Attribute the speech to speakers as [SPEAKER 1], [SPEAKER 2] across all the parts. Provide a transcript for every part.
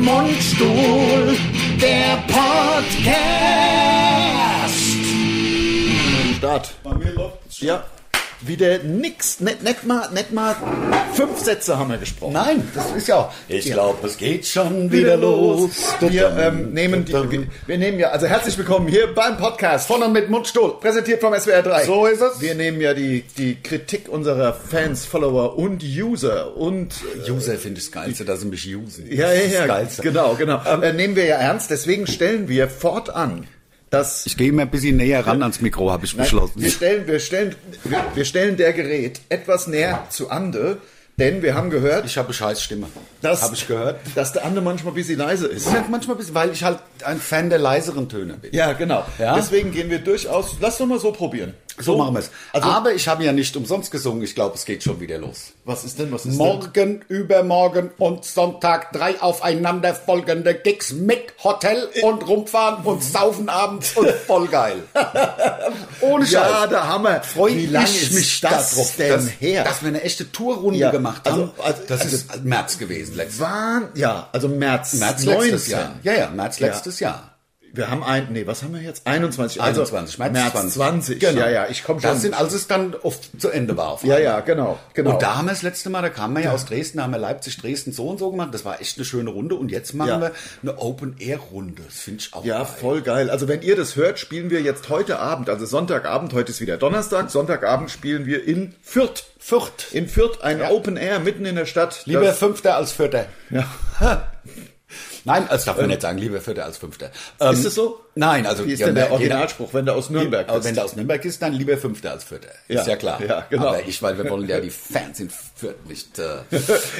[SPEAKER 1] Mundstuhl, der Podcast. Start.
[SPEAKER 2] Bei mir läuft es
[SPEAKER 1] Ja, wieder nix. Net, net, mal, net mal fünf Sätze haben wir gesprochen.
[SPEAKER 2] Nein, das ist ja auch.
[SPEAKER 1] Ich
[SPEAKER 2] ja.
[SPEAKER 1] glaube, es geht schon wieder los.
[SPEAKER 2] Wir ähm, nehmen die, wir, wir nehmen ja, also herzlich willkommen hier beim Podcast von und mit Mundstuhl, präsentiert vom SWR 3.
[SPEAKER 1] So ist es.
[SPEAKER 2] Wir nehmen ja die, die Kritik unserer Fans, Follower und User und äh,
[SPEAKER 1] User finde ich das Geilste, dass sie mich usen.
[SPEAKER 2] ja,
[SPEAKER 1] Das ist Ähm,
[SPEAKER 2] ja,
[SPEAKER 1] das
[SPEAKER 2] ja,
[SPEAKER 1] Geilste.
[SPEAKER 2] genau, genau. äh, nehmen wir ja ernst, deswegen stellen wir fortan, dass
[SPEAKER 3] Ich gehe immer ein bisschen näher ran ans Mikro, habe ich beschlossen.
[SPEAKER 2] Wir stellen, wir stellen, wir, wir stellen der Gerät etwas näher zu Ande, denn wir haben gehört,
[SPEAKER 3] Ich habe eine Scheißstimme.
[SPEAKER 2] dass,
[SPEAKER 3] habe ich gehört.
[SPEAKER 2] dass der Ande manchmal ein bisschen leise ist.
[SPEAKER 3] Ich merke manchmal ein bisschen, weil ich halt ein Fan der leiseren Töne bin.
[SPEAKER 2] Ja, genau.
[SPEAKER 3] Ja?
[SPEAKER 2] Deswegen gehen wir durchaus. Lass doch mal so probieren.
[SPEAKER 3] So machen wir es.
[SPEAKER 2] Also,
[SPEAKER 3] Aber ich habe ja nicht umsonst gesungen. Ich glaube, es geht schon wieder los.
[SPEAKER 2] was ist denn, was ist denn?
[SPEAKER 3] Morgen, übermorgen und Sonntag drei aufeinanderfolgende Gigs mit Hotel und rumfahren und saufen abends und voll geil. Ohne Scheiß.
[SPEAKER 2] Ja, der Hammer.
[SPEAKER 3] Freu
[SPEAKER 2] Wie lange
[SPEAKER 3] ich
[SPEAKER 2] ist
[SPEAKER 3] mich
[SPEAKER 2] das
[SPEAKER 3] da drauf,
[SPEAKER 2] denn
[SPEAKER 3] dass,
[SPEAKER 2] her?
[SPEAKER 3] dass wir eine echte Tourrunde
[SPEAKER 2] Ja,
[SPEAKER 3] gemacht
[SPEAKER 2] also-
[SPEAKER 3] haben.
[SPEAKER 2] also-
[SPEAKER 3] das
[SPEAKER 2] also-
[SPEAKER 3] ist März gewesen, letztes
[SPEAKER 2] Wahn, ja, also März,
[SPEAKER 3] März
[SPEAKER 2] 19.
[SPEAKER 3] letztes Jahr. Ja, ja, März letztes Jahr.
[SPEAKER 2] Wir haben ein, nee, was haben wir jetzt? 21. Also
[SPEAKER 3] 21, März,
[SPEAKER 2] März
[SPEAKER 3] 20.
[SPEAKER 2] 20. Genau. Ja, ja, ich komme schon.
[SPEAKER 3] Das sind, als es dann oft zu Ende war. Auf
[SPEAKER 2] ja,
[SPEAKER 3] einmal.
[SPEAKER 2] ja, genau, genau.
[SPEAKER 3] Und da haben wir das letzte Mal, da kamen wir ja aus Dresden, da haben wir Leipzig, Dresden so und so gemacht. Das war echt eine schöne Runde. Und jetzt machen
[SPEAKER 2] Ja.
[SPEAKER 3] wir eine Open-Air-Runde. Das finde ich auch
[SPEAKER 2] Ja,
[SPEAKER 3] geil.
[SPEAKER 2] voll geil. Also wenn ihr das hört, spielen wir jetzt heute Abend, also Sonntagabend, heute ist wieder Donnerstag, Sonntagabend spielen wir in Fürth.
[SPEAKER 3] Fürth.
[SPEAKER 2] In Fürth, ein Open Air mitten in der Stadt.
[SPEAKER 3] Lieber
[SPEAKER 2] Das-
[SPEAKER 3] Fünfter als Vierter.
[SPEAKER 2] Ja.
[SPEAKER 3] Nein, das darf man nicht sagen. Lieber Vierter als Fünfter. Ähm,
[SPEAKER 2] Ähm, Ist es so?
[SPEAKER 3] Nein, also
[SPEAKER 2] Wie ist
[SPEAKER 3] ja,
[SPEAKER 2] denn der
[SPEAKER 3] jeder-
[SPEAKER 2] Originalspruch, wenn du aus Nürnberg
[SPEAKER 3] Aber
[SPEAKER 2] bist?
[SPEAKER 3] wenn du aus Nürnberg ist, dann lieber Fünfter als Vierter.
[SPEAKER 2] Ja.
[SPEAKER 3] Ist ja klar.
[SPEAKER 2] Ja, genau.
[SPEAKER 3] Aber ich, weil wir wollen ja die Fans in Fürth nicht äh,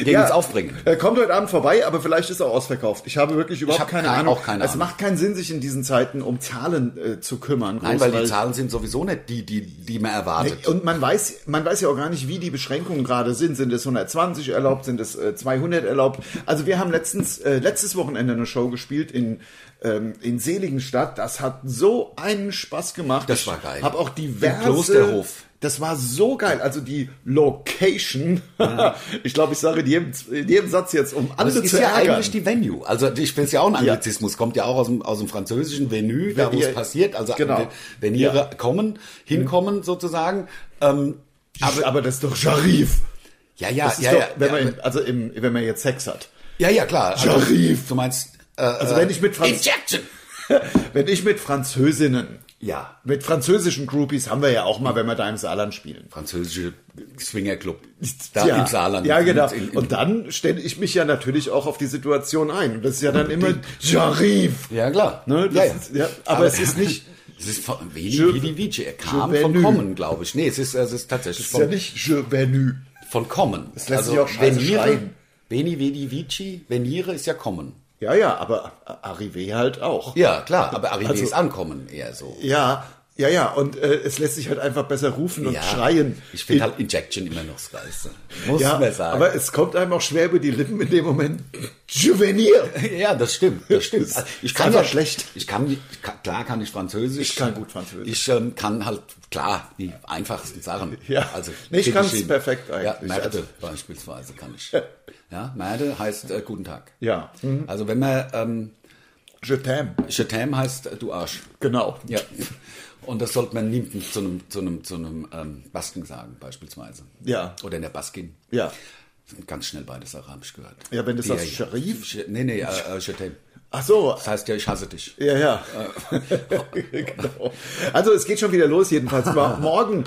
[SPEAKER 3] gegen uns aufbringen.
[SPEAKER 2] Äh, Kommt heute Abend vorbei, aber vielleicht ist er ausverkauft. Ich habe wirklich überhaupt
[SPEAKER 3] hab
[SPEAKER 2] keine
[SPEAKER 3] kein-
[SPEAKER 2] Ahnung.
[SPEAKER 3] auch keine
[SPEAKER 2] es
[SPEAKER 3] Ahnung.
[SPEAKER 2] macht keinen Sinn, sich in diesen Zeiten um Zahlen äh, zu kümmern.
[SPEAKER 3] Nein,
[SPEAKER 2] groß,
[SPEAKER 3] weil die Zahlen sind sowieso nicht die, die, die man erwartet.
[SPEAKER 2] Äh, und man weiß, man weiß ja auch gar nicht, wie die Beschränkungen gerade sind. Sind es 120 erlaubt? Sind es äh, 200 erlaubt? Also wir haben letztens, äh, letztes Wochenende eine Show gespielt in, ähm, in Seligenstadt. Das hat so einen Spaß gemacht.
[SPEAKER 3] Das war geil.
[SPEAKER 2] Hab auch diverse...
[SPEAKER 3] Klosterhof.
[SPEAKER 2] Das war so geil. Also die Location. ich glaube, ich sage in jedem, in jedem Satz jetzt, um
[SPEAKER 3] Aber es Also
[SPEAKER 2] andere
[SPEAKER 3] ist
[SPEAKER 2] zu
[SPEAKER 3] ja
[SPEAKER 2] ärgern.
[SPEAKER 3] eigentlich die Venue. Also ich finde es ja auch ein Anglizismus, kommt ja auch aus dem, aus dem französischen Venue, da wo
[SPEAKER 2] Venier.
[SPEAKER 3] es passiert. Also
[SPEAKER 2] Genau.
[SPEAKER 3] wenn ihre kommen, hinkommen sozusagen. Ähm,
[SPEAKER 2] aber, aber das ist doch Sharif.
[SPEAKER 3] ja, ja,
[SPEAKER 2] Das ist
[SPEAKER 3] ja,
[SPEAKER 2] doch,
[SPEAKER 3] ja,
[SPEAKER 2] wenn
[SPEAKER 3] ja,
[SPEAKER 2] man, im, also im, wenn man jetzt Sex hat.
[SPEAKER 3] ja, ja, klar. Also,
[SPEAKER 2] Jarif.
[SPEAKER 3] Du meinst äh, also
[SPEAKER 2] wenn ich mit Franz-
[SPEAKER 3] Injection.
[SPEAKER 2] Wenn ich mit Französinnen,
[SPEAKER 3] Ja,
[SPEAKER 2] mit französischen Groupies haben wir ja auch mal, wenn wir da im Saarland spielen.
[SPEAKER 3] französische Swingerclub da
[SPEAKER 2] ja,
[SPEAKER 3] im Saarland.
[SPEAKER 2] Ja, genau.
[SPEAKER 3] In, in,
[SPEAKER 2] und dann stelle ich mich ja natürlich auch auf die Situation ein. Und das ist ja dann immer Jarif.
[SPEAKER 3] ja, klar.
[SPEAKER 2] Ne, das
[SPEAKER 3] ja, ja.
[SPEAKER 2] Ist, ja, aber, es ist nicht,
[SPEAKER 3] Es ist von
[SPEAKER 2] Je-
[SPEAKER 3] Veni, Vidi, Vici. Er kam
[SPEAKER 2] Je
[SPEAKER 3] von
[SPEAKER 2] Venue.
[SPEAKER 3] Kommen, glaube ich. Nee, es ist, es ist tatsächlich
[SPEAKER 2] es ist
[SPEAKER 3] von,
[SPEAKER 2] ja nicht Je Venu.
[SPEAKER 3] von Kommen. Es
[SPEAKER 2] lässt sich auch scheiße schreiben.
[SPEAKER 3] Veni, Vidi, Vici, Venire ist ja Kommen.
[SPEAKER 2] Ja, ja, aber Arrivé halt auch.
[SPEAKER 3] Ja, klar, aber Arrivé
[SPEAKER 2] Also-
[SPEAKER 3] ist Ankommen eher so.
[SPEAKER 2] Ja, ja, ja. Und äh, es lässt sich halt einfach besser rufen und
[SPEAKER 3] Ja,
[SPEAKER 2] schreien.
[SPEAKER 3] Ich finde halt Injection immer noch das Geilste. Muss
[SPEAKER 2] ja,
[SPEAKER 3] man sagen.
[SPEAKER 2] aber es kommt einem auch schwer über die Lippen in dem Moment. Juvenil.
[SPEAKER 3] ja, das stimmt, das stimmt.
[SPEAKER 2] Ist
[SPEAKER 3] Also ich
[SPEAKER 2] einfach
[SPEAKER 3] kann ja
[SPEAKER 2] schlecht.
[SPEAKER 3] Ich kann, ich kann, klar kann ich Französisch.
[SPEAKER 2] Ich kann gut Französisch.
[SPEAKER 3] Ich ähm, kann halt klar die einfachsten Sachen.
[SPEAKER 2] Ja. Nee, ich
[SPEAKER 3] krieg
[SPEAKER 2] kann's
[SPEAKER 3] hin.
[SPEAKER 2] perfekt eigentlich.
[SPEAKER 3] Ja, Märte
[SPEAKER 2] Also-
[SPEAKER 3] beispielsweise kann ich. Ja, Märte heißt äh, guten Tag.
[SPEAKER 2] Ja. Mhm.
[SPEAKER 3] Also wenn man ähm,
[SPEAKER 2] Je t'aime.
[SPEAKER 3] Je t'aime heißt äh, du Arsch.
[SPEAKER 2] Genau.
[SPEAKER 3] Ja. Und das sollte man niemandem zu einem, zu einem, zu einem ähm, Basken sagen, beispielsweise.
[SPEAKER 2] Ja.
[SPEAKER 3] Oder in der Baskin.
[SPEAKER 2] Ja.
[SPEAKER 3] Das sind Ganz schnell beide Sachen, habe ich gehört.
[SPEAKER 2] Ja, wenn du
[SPEAKER 3] Die-
[SPEAKER 2] sagst, Sharif?
[SPEAKER 3] Sch- Nee, nee, äh, äh, Je t'aime.
[SPEAKER 2] Ach so,
[SPEAKER 3] Das heißt ja, ich hasse dich.
[SPEAKER 2] Ja, ja. genau. Also es geht schon wieder los jedenfalls. Mo- morgen,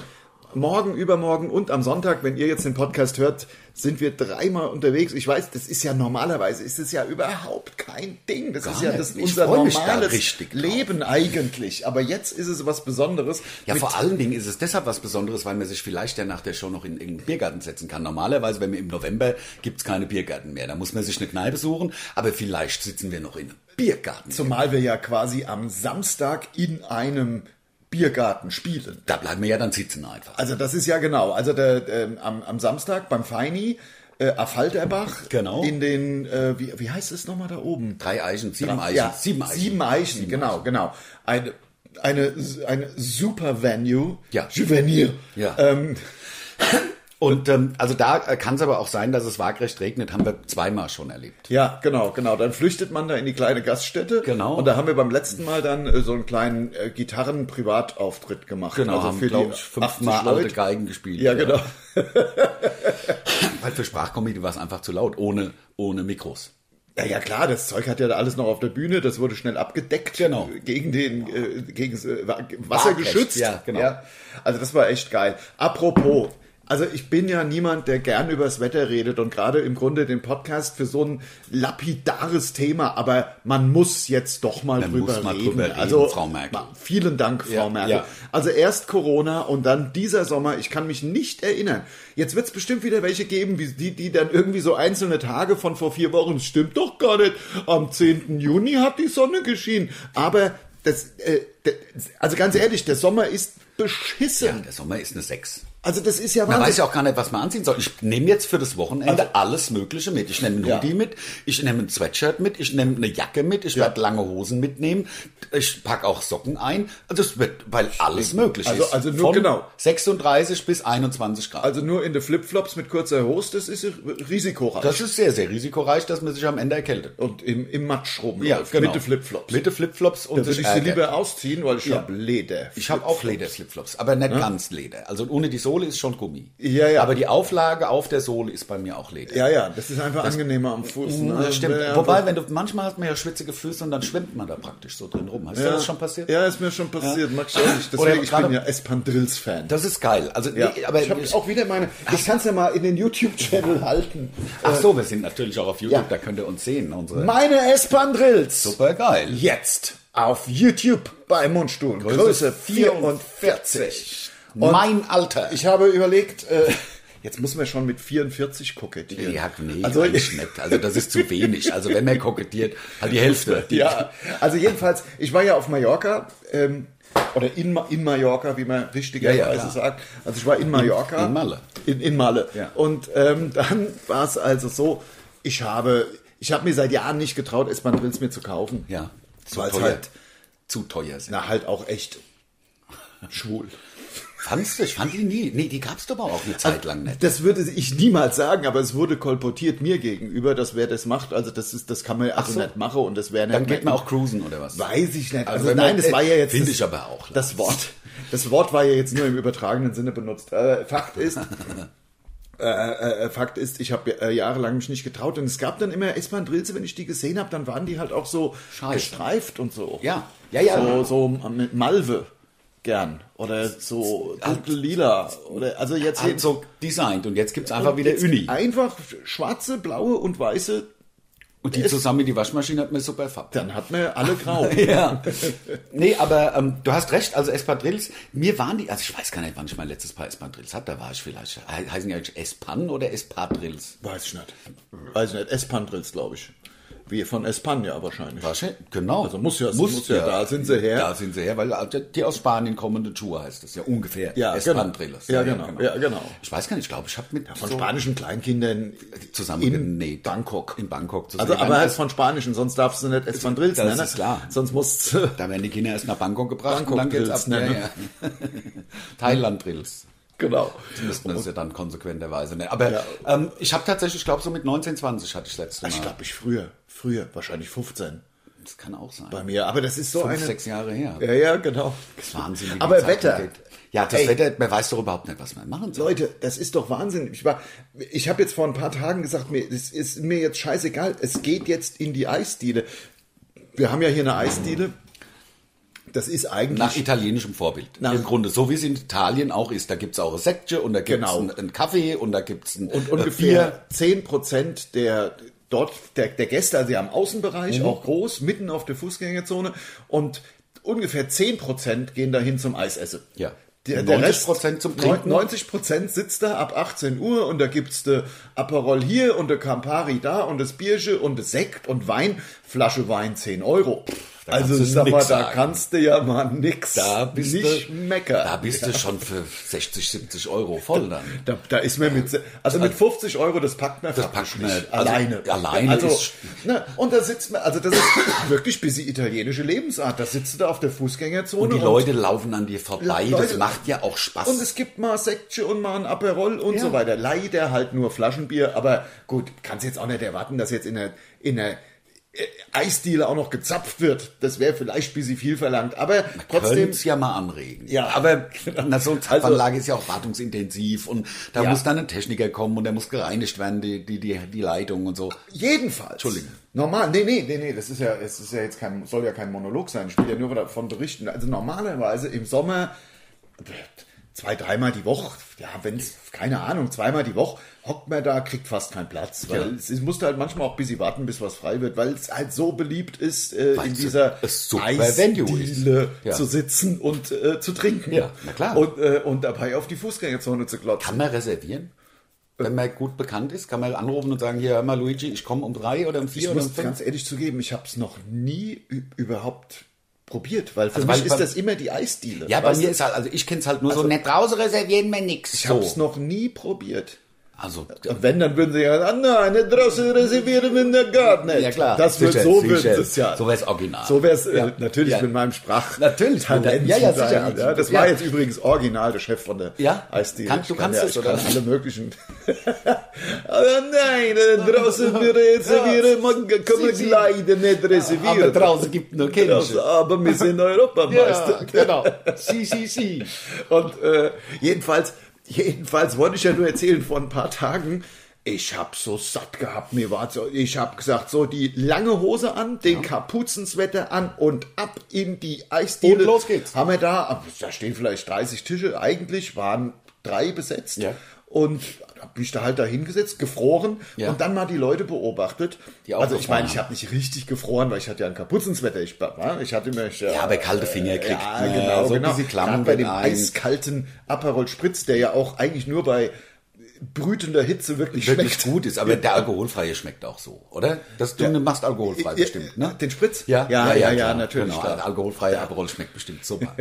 [SPEAKER 2] morgen, übermorgen und am Sonntag, wenn ihr jetzt den Podcast hört, sind wir dreimal unterwegs. Ich weiß, das ist ja normalerweise, ist es ja überhaupt kein Ding. Das ist ja
[SPEAKER 3] nicht.
[SPEAKER 2] das
[SPEAKER 3] Ich
[SPEAKER 2] unser
[SPEAKER 3] freu mich da
[SPEAKER 2] normales
[SPEAKER 3] richtig drauf.
[SPEAKER 2] Leben eigentlich. Aber jetzt ist es was Besonderes.
[SPEAKER 3] Ja,
[SPEAKER 2] mit-
[SPEAKER 3] vor allen Dingen ist es deshalb was Besonderes, weil man sich vielleicht ja nach der Show noch in irgendeinen Biergarten setzen kann. Normalerweise, wenn wir im November, gibt's keine Biergärten mehr. Da muss man sich eine Kneipe suchen, aber vielleicht sitzen wir noch in einem Biergarten.
[SPEAKER 2] zumal wir ja quasi am Samstag in einem Biergarten spielen.
[SPEAKER 3] da bleiben wir ja dann sitzen einfach.
[SPEAKER 2] Also das ist ja genau. Also der, ähm, am, am Samstag beim Feini, äh, Affalterbach.
[SPEAKER 3] Genau.
[SPEAKER 2] In den, äh, wie, wie heißt es nochmal da oben?
[SPEAKER 3] Drei Eichen, sieben Eichen,
[SPEAKER 2] Ja,
[SPEAKER 3] sieben Eichen.
[SPEAKER 2] Sieben Eichen, genau, genau. Eine, eine, eine super Venue.
[SPEAKER 3] Ja.
[SPEAKER 2] Juvenil.
[SPEAKER 3] Ja.
[SPEAKER 2] Ähm,
[SPEAKER 3] Und ähm, also da kann es aber auch sein, dass es waagrecht regnet, haben wir zweimal schon erlebt.
[SPEAKER 2] Ja, genau, genau. Dann flüchtet man da in die kleine Gaststätte.
[SPEAKER 3] Genau.
[SPEAKER 2] Und da haben wir beim letzten Mal dann äh, so einen kleinen äh, Gitarren-Privatauftritt gemacht.
[SPEAKER 3] Also haben, glaube ich,
[SPEAKER 2] 80
[SPEAKER 3] fünfmal alte
[SPEAKER 2] Leute.
[SPEAKER 3] Geigen gespielt.
[SPEAKER 2] Ja, genau.
[SPEAKER 3] Weil für Sprachcomedy war es einfach zu laut, ohne, ohne Mikros.
[SPEAKER 2] Ja, ja, klar, das Zeug hat ja da alles noch auf der Bühne, das wurde schnell abgedeckt,
[SPEAKER 3] Genau.
[SPEAKER 2] gegen den, äh, gegen das, äh, Wa- Wasser
[SPEAKER 3] Waagrecht,
[SPEAKER 2] geschützt.
[SPEAKER 3] ja, genau.
[SPEAKER 2] Also das war echt geil. Apropos, also ich bin ja niemand, der gern übers Wetter redet und gerade im Grunde den Podcast für so ein lapidares Thema, aber man muss jetzt doch mal,
[SPEAKER 3] Man
[SPEAKER 2] drüber,
[SPEAKER 3] muss mal
[SPEAKER 2] reden.
[SPEAKER 3] drüber reden,
[SPEAKER 2] Also,
[SPEAKER 3] Frau Merkel.
[SPEAKER 2] ma- Vielen Dank, Frau
[SPEAKER 3] Ja,
[SPEAKER 2] Merkel.
[SPEAKER 3] ja.
[SPEAKER 2] Also erst Corona und dann dieser Sommer. Ich kann mich nicht erinnern. Jetzt wird es bestimmt wieder welche geben, wie die, die dann irgendwie so einzelne Tage von vor vier Wochen. "Es Stimmt doch gar nicht. Am 10. Juni hat die Sonne geschienen. Aber das, äh, das also ganz ehrlich, der Sommer ist
[SPEAKER 3] Ja,
[SPEAKER 2] beschissen.
[SPEAKER 3] der Sommer ist eine Sechs.
[SPEAKER 2] Also das ist ja
[SPEAKER 3] Man
[SPEAKER 2] Wahnsinn.
[SPEAKER 3] weiß ja auch gar nicht, was man anziehen soll. Ich nehme jetzt für das Wochenende alles Mögliche mit. Ich nehme einen
[SPEAKER 2] Ja.
[SPEAKER 3] Hoodie mit, ich nehme ein Sweatshirt mit, ich nehme eine Jacke mit, ich werde lange Hosen mitnehmen, ich packe auch Socken ein. Also es wird, weil alles möglich
[SPEAKER 2] Also-
[SPEAKER 3] ist.
[SPEAKER 2] also nur
[SPEAKER 3] Von
[SPEAKER 2] genau.
[SPEAKER 3] 36 bis 21 Grad.
[SPEAKER 2] Also nur in den Flipflops mit kurzer Hose, das ist risikoreich.
[SPEAKER 3] das ist sehr, sehr risikoreich, dass man sich am Ende erkältet.
[SPEAKER 2] und im, im Matsch rumläuft. Mit den genau. Flipflops.
[SPEAKER 3] Mitte genau. Flipflops und
[SPEAKER 2] Da würde ich sie
[SPEAKER 3] ärgert.
[SPEAKER 2] lieber ausziehen, weil ich habe Leder.
[SPEAKER 3] Ich habe auch Leder-Flipflops, aber nicht ganz Leder. Also ohne die Sohle ist schon Gummi.
[SPEAKER 2] Ja, ja.
[SPEAKER 3] Aber die Auflage auf der Sohle ist bei mir auch Leder.
[SPEAKER 2] Ja, ja, das ist einfach angenehmer am Fuß. ne?
[SPEAKER 3] Oh, Das stimmt.
[SPEAKER 2] Ja,
[SPEAKER 3] Wobei, wenn du manchmal hat man ja schwitzige Füße und dann schwimmt man da praktisch so drin rum. Hast du das schon passiert?
[SPEAKER 2] Ja, ist mir schon passiert. Mag ich auch nicht.
[SPEAKER 3] Oder
[SPEAKER 2] Deswegen, ich
[SPEAKER 3] gerade-
[SPEAKER 2] bin ja Espandrills-Fan.
[SPEAKER 3] Das ist geil. Also, nee, aber
[SPEAKER 2] aber ich habe auch wieder meine. Ich kann es ja mal in den YouTube-Channel halten.
[SPEAKER 3] ach so, wir sind natürlich auch auf YouTube.
[SPEAKER 2] Äh, Ja.
[SPEAKER 3] Da könnt ihr uns sehen. Unsere
[SPEAKER 2] Meine Espandrills!
[SPEAKER 3] super geil.
[SPEAKER 2] Jetzt auf YouTube bei Mundstuhl. Größe 44. Und
[SPEAKER 3] mein Alter.
[SPEAKER 2] Ich habe überlegt, äh, jetzt müssen wir schon mit 44 kokettieren.
[SPEAKER 3] ja, nee,
[SPEAKER 2] also,
[SPEAKER 3] also, nicht. Also das ist zu wenig. Also wenn man kokettiert, halt die Hälfte.
[SPEAKER 2] Ja, also jedenfalls, ich war ja auf Mallorca, ähm, oder in, Ma- in Mallorca, wie man richtigerweise
[SPEAKER 3] Ja, ja, ja.
[SPEAKER 2] sagt. Also ich war in Mallorca.
[SPEAKER 3] in Malle.
[SPEAKER 2] In, in Malle.
[SPEAKER 3] Ja.
[SPEAKER 2] Und ähm, dann war es also so, ich habe, ich habe mir seit Jahren nicht getraut, Espandrills mir zu kaufen.
[SPEAKER 3] Ja, zu
[SPEAKER 2] Weil es
[SPEAKER 3] teuer.
[SPEAKER 2] halt,
[SPEAKER 3] Zu teuer sind.
[SPEAKER 2] na halt auch echt schwul.
[SPEAKER 3] Fandst du? Ich fand Also, die nie. Nee, die gab's doch aber auch eine Zeit lang nicht.
[SPEAKER 2] Also, Das würde ich niemals sagen, aber es wurde kolportiert mir gegenüber, dass wer das macht, also das ist, das kann man ja also nicht machen und das wäre nicht.
[SPEAKER 3] Dann geht man auch cruisen oder was?
[SPEAKER 2] Weiß ich nicht. Also,
[SPEAKER 3] wenn man-
[SPEAKER 2] nein, das war ja jetzt.
[SPEAKER 3] Find
[SPEAKER 2] das-
[SPEAKER 3] ich aber auch.
[SPEAKER 2] Das Wort. Das Wort war ja jetzt nur im übertragenen Sinne benutzt. Äh, Fakt ist. Äh, äh, Fakt ist, ich habe äh, jahrelang mich nicht getraut und es gab dann immer Espandrilze, wenn ich die gesehen habe, dann waren die halt auch so
[SPEAKER 3] Scheiße.
[SPEAKER 2] gestreift und so.
[SPEAKER 3] Ja. Ja, ja.
[SPEAKER 2] So, so ähm, mit Malve gern oder so dunkel lila oder also jetzt
[SPEAKER 3] Hat so designt und jetzt gibt's einfach wieder Uni.
[SPEAKER 2] einfach schwarze, blaue und weiße,
[SPEAKER 3] Und die zusammen in die Waschmaschine hat mir super fappt.
[SPEAKER 2] dann hat man alle grau.
[SPEAKER 3] Ja. Nee, aber ähm, du hast recht, also Espadrilles, mir waren die, also ich weiß gar nicht, wann ich mein letztes Paar Espadrilles hatte, da war ich vielleicht, he- heißen die eigentlich Espan oder Espadrilles?
[SPEAKER 2] Weiß ich nicht. Weiß ich nicht. Espandrills, glaube ich. Wie von Espanja wahrscheinlich.
[SPEAKER 3] Wahrscheinlich, genau.
[SPEAKER 2] Also muss ja- muss ja, da sind sie her.
[SPEAKER 3] Da sind sie her, weil die aus Spanien kommende Tour heißt das ja ungefähr.
[SPEAKER 2] Ja,
[SPEAKER 3] Espadrilles.
[SPEAKER 2] genau. Ja, genau. Ja, genau.
[SPEAKER 3] Ich weiß gar nicht, ich glaube, ich habe mit
[SPEAKER 2] Von
[SPEAKER 3] so
[SPEAKER 2] spanischen Kleinkindern in
[SPEAKER 3] zusammengenäht.
[SPEAKER 2] Bangkok.
[SPEAKER 3] In Bangkok
[SPEAKER 2] also, aber
[SPEAKER 3] Dann-
[SPEAKER 2] halt von Spanischen, sonst darfst du nicht Espandrills
[SPEAKER 3] Das
[SPEAKER 2] nennen.
[SPEAKER 3] ist klar.
[SPEAKER 2] ne, Sonst musst du.
[SPEAKER 3] Da werden die Kinder erst nach Bangkok gebracht
[SPEAKER 2] Bangkok
[SPEAKER 3] und dann geht's ab.
[SPEAKER 2] Drills, ne?
[SPEAKER 3] Ja, ja. Thailand-Drills.
[SPEAKER 2] Genau.
[SPEAKER 3] Müssten wir es ja dann konsequenterweise nennen. Aber
[SPEAKER 2] Ja.
[SPEAKER 3] ähm, ich habe tatsächlich, ich glaube, so mit 19, 20 hatte ich das letzte Mal.
[SPEAKER 2] Ich glaube, ich früher, früher, wahrscheinlich 15
[SPEAKER 3] das kann auch sein.
[SPEAKER 2] bei mir. Aber das ist so
[SPEAKER 3] Fünf,
[SPEAKER 2] eine.
[SPEAKER 3] sechs Jahre her.
[SPEAKER 2] Ja, ja, genau.
[SPEAKER 3] Das ist Wahnsinn. wie die
[SPEAKER 2] Aber
[SPEAKER 3] Zeit
[SPEAKER 2] Wetter.
[SPEAKER 3] vergeht. Ja, das
[SPEAKER 2] Ey.
[SPEAKER 3] Wetter, man weiß doch überhaupt nicht, was man machen soll.
[SPEAKER 2] Leute, das ist doch Wahnsinn. Ich, war- ich habe jetzt vor ein paar Tagen gesagt, mir, es ist mir jetzt scheißegal, es geht jetzt in die Eisdiele. Wir haben ja hier eine Eisdiele. Das ist eigentlich.
[SPEAKER 3] Nach italienischem Vorbild.
[SPEAKER 2] Nach-
[SPEAKER 3] Im Grunde, so wie es in Italien auch ist. Da gibt's auch ein Sektje und da gibt's
[SPEAKER 2] Genau.
[SPEAKER 3] einen, einen Kaffee und da gibt's ein
[SPEAKER 2] und
[SPEAKER 3] äh,
[SPEAKER 2] ungefähr 10% der dort der, der Gäste, also am Außenbereich,
[SPEAKER 3] Mhm.
[SPEAKER 2] auch groß, mitten auf der Fußgängerzone. Und ungefähr 10% gehen dahin zum Eisessen.
[SPEAKER 3] Ja.
[SPEAKER 2] Der, der
[SPEAKER 3] 90%
[SPEAKER 2] Rest,
[SPEAKER 3] zum Trinken.
[SPEAKER 2] 90% sitzt da ab 18 Uhr und da gibt's de Aperol hier und de Campari da und das Bierche und das Sekt und Wein. Flasche Wein 10 Euro.
[SPEAKER 3] Da
[SPEAKER 2] Also
[SPEAKER 3] kannst du
[SPEAKER 2] ich sag mal,
[SPEAKER 3] nix
[SPEAKER 2] da
[SPEAKER 3] sagen.
[SPEAKER 2] kannst du ja mal nix
[SPEAKER 3] da bist
[SPEAKER 2] nicht
[SPEAKER 3] du,
[SPEAKER 2] meckern.
[SPEAKER 3] Da bist du schon für 60, 70 Euro voll dann.
[SPEAKER 2] Da, da ist mir mit, also mit 50 Euro, das packt man,
[SPEAKER 3] Das
[SPEAKER 2] faktisch
[SPEAKER 3] packt man,
[SPEAKER 2] nicht.
[SPEAKER 3] also
[SPEAKER 2] alleine.
[SPEAKER 3] alleine
[SPEAKER 2] also,
[SPEAKER 3] ist-
[SPEAKER 2] ne, und da sitzt man, also das ist wirklich busy italienische Lebensart. Da sitzt du da auf der Fußgängerzone.
[SPEAKER 3] Und die Leute laufen an dir vorbei.
[SPEAKER 2] Leute-
[SPEAKER 3] das macht ja auch Spaß.
[SPEAKER 2] Und es gibt mal Sektchen und mal ein Aperol und so weiter. Leider halt nur Flaschenbier, aber gut, kannst jetzt auch nicht erwarten, dass jetzt in der, in der äh, Eisdiele auch noch gezapft wird. Das wäre vielleicht ein bisschen viel verlangt, aber
[SPEAKER 3] Trotzdem
[SPEAKER 2] trotzdem.
[SPEAKER 3] es ja mal anregen.
[SPEAKER 2] Ja. Genau. Also-
[SPEAKER 3] aber na, so eine Zapfanlage ist ja auch wartungsintensiv und da
[SPEAKER 2] Ja.
[SPEAKER 3] muss dann ein Techniker kommen und der muss gereinigt werden, die, die, die, die Leitung und so.
[SPEAKER 2] Jedenfalls.
[SPEAKER 3] Entschuldigung.
[SPEAKER 2] Normal, nee, nee, nee, nee, das ist ja, es ist ja jetzt kein, soll ja kein Monolog sein, ich will ja nur davon berichten. Also normalerweise im Sommer, zwei, dreimal die Woche, ja, wenn es, keine Ahnung, zweimal die Woche, hockt man da, kriegt fast keinen Platz. Weil
[SPEAKER 3] Ja.
[SPEAKER 2] es, es musste halt manchmal auch ein bisschen warten, bis was frei wird, weil es halt so beliebt ist, äh,
[SPEAKER 3] Weil
[SPEAKER 2] in
[SPEAKER 3] es
[SPEAKER 2] dieser
[SPEAKER 3] ein super Venue ist.
[SPEAKER 2] Eisdiele
[SPEAKER 3] Ja.
[SPEAKER 2] zu sitzen und äh, zu trinken.
[SPEAKER 3] Ja, na klar.
[SPEAKER 2] Und, äh, und dabei auf die Fußgängerzone zu klotzen.
[SPEAKER 3] Kann man reservieren? Wenn man gut bekannt ist, kann man anrufen und sagen, hier, hör mal Luigi, ich komme um drei oder um vier
[SPEAKER 2] Ich
[SPEAKER 3] oder um
[SPEAKER 2] muss
[SPEAKER 3] fünf.
[SPEAKER 2] ganz ehrlich zugeben, ich habe es noch nie ü- überhaupt probiert, weil für
[SPEAKER 3] Also,
[SPEAKER 2] mich
[SPEAKER 3] weil
[SPEAKER 2] ist
[SPEAKER 3] bei-
[SPEAKER 2] das immer die Eisdiele.
[SPEAKER 3] Ja, bei
[SPEAKER 2] weißt
[SPEAKER 3] mir
[SPEAKER 2] du?
[SPEAKER 3] ist halt, also ich kenn's halt nur so, nicht draußen reservieren wir nix.
[SPEAKER 2] ich
[SPEAKER 3] so.
[SPEAKER 2] habe es noch nie probiert.
[SPEAKER 3] Also,
[SPEAKER 2] Und wenn, dann würden sie ja sagen, ah, nein, nicht draußen reservieren wir in der Garten.
[SPEAKER 3] Ja, klar.
[SPEAKER 2] Das wird,
[SPEAKER 3] Sicher,
[SPEAKER 2] so
[SPEAKER 3] sicher.
[SPEAKER 2] wird es ja.
[SPEAKER 3] So wär's original.
[SPEAKER 2] So wäre es
[SPEAKER 3] Ja.
[SPEAKER 2] äh, natürlich
[SPEAKER 3] Ja.
[SPEAKER 2] mit meinem Sprach.
[SPEAKER 3] Natürlich, mit
[SPEAKER 2] Talent.
[SPEAKER 3] deinem- ja, ja,
[SPEAKER 2] sein,
[SPEAKER 3] sicher.
[SPEAKER 2] Ja, das
[SPEAKER 3] Ja.
[SPEAKER 2] war jetzt übrigens original der Chef von der
[SPEAKER 3] Ja?
[SPEAKER 2] Eisdiele.
[SPEAKER 3] Kannst- du
[SPEAKER 2] Ich kann
[SPEAKER 3] kannst
[SPEAKER 2] ja,
[SPEAKER 3] es,
[SPEAKER 2] ich kann
[SPEAKER 3] oder?
[SPEAKER 2] alle möglichen. Aber nein, äh, draußen wir reservieren, man kann
[SPEAKER 3] Sie- Sie-
[SPEAKER 2] leider nicht reservieren.
[SPEAKER 3] aber draußen gibt nur
[SPEAKER 2] Das,
[SPEAKER 3] Kinder.
[SPEAKER 2] Also, aber wir sind Europameister.
[SPEAKER 3] genau. Si, si, si.
[SPEAKER 2] Und äh, jedenfalls, jedenfalls wollte ich ja nur erzählen vor ein paar Tagen. Ich hab so satt gehabt, mir war so, ich hab gesagt, so die lange Hose an, den Kapuzenswetter an und ab in die Eisdiele.
[SPEAKER 3] Und los geht's.
[SPEAKER 2] Haben wir da, da stehen vielleicht 30 Tische, eigentlich waren drei besetzt.
[SPEAKER 3] Ja.
[SPEAKER 2] Und hab mich da halt da hingesetzt, gefroren
[SPEAKER 3] Ja.
[SPEAKER 2] und dann mal die Leute beobachtet.
[SPEAKER 3] Die auch
[SPEAKER 2] also ich
[SPEAKER 3] gefroren
[SPEAKER 2] meine, ich habe nicht richtig gefroren, weil ich hatte ja ein Kapuzenswetter. Ich, war- ich hatte mir
[SPEAKER 3] Ja, aber kalte Finger kriegt
[SPEAKER 2] ja,
[SPEAKER 3] man.
[SPEAKER 2] genau,
[SPEAKER 3] So ein
[SPEAKER 2] genau.
[SPEAKER 3] bisschen Klammern
[SPEAKER 2] Gerade bei
[SPEAKER 3] mit
[SPEAKER 2] dem
[SPEAKER 3] ein.
[SPEAKER 2] eiskalten Aperol Spritz, der ja auch eigentlich nur bei brütender Hitze wirklich,
[SPEAKER 3] Wirklich
[SPEAKER 2] schmeckt.
[SPEAKER 3] gut ist, aber der alkoholfreie schmeckt auch so, oder? Das du machst alkoholfrei
[SPEAKER 2] Ja,
[SPEAKER 3] bestimmt, ne?
[SPEAKER 2] Den Spritz?
[SPEAKER 3] Ja,
[SPEAKER 2] ja, ja, ja,
[SPEAKER 3] klar.
[SPEAKER 2] natürlich.
[SPEAKER 3] Genau,
[SPEAKER 2] klar.
[SPEAKER 3] der alkoholfreie Aperol schmeckt bestimmt super.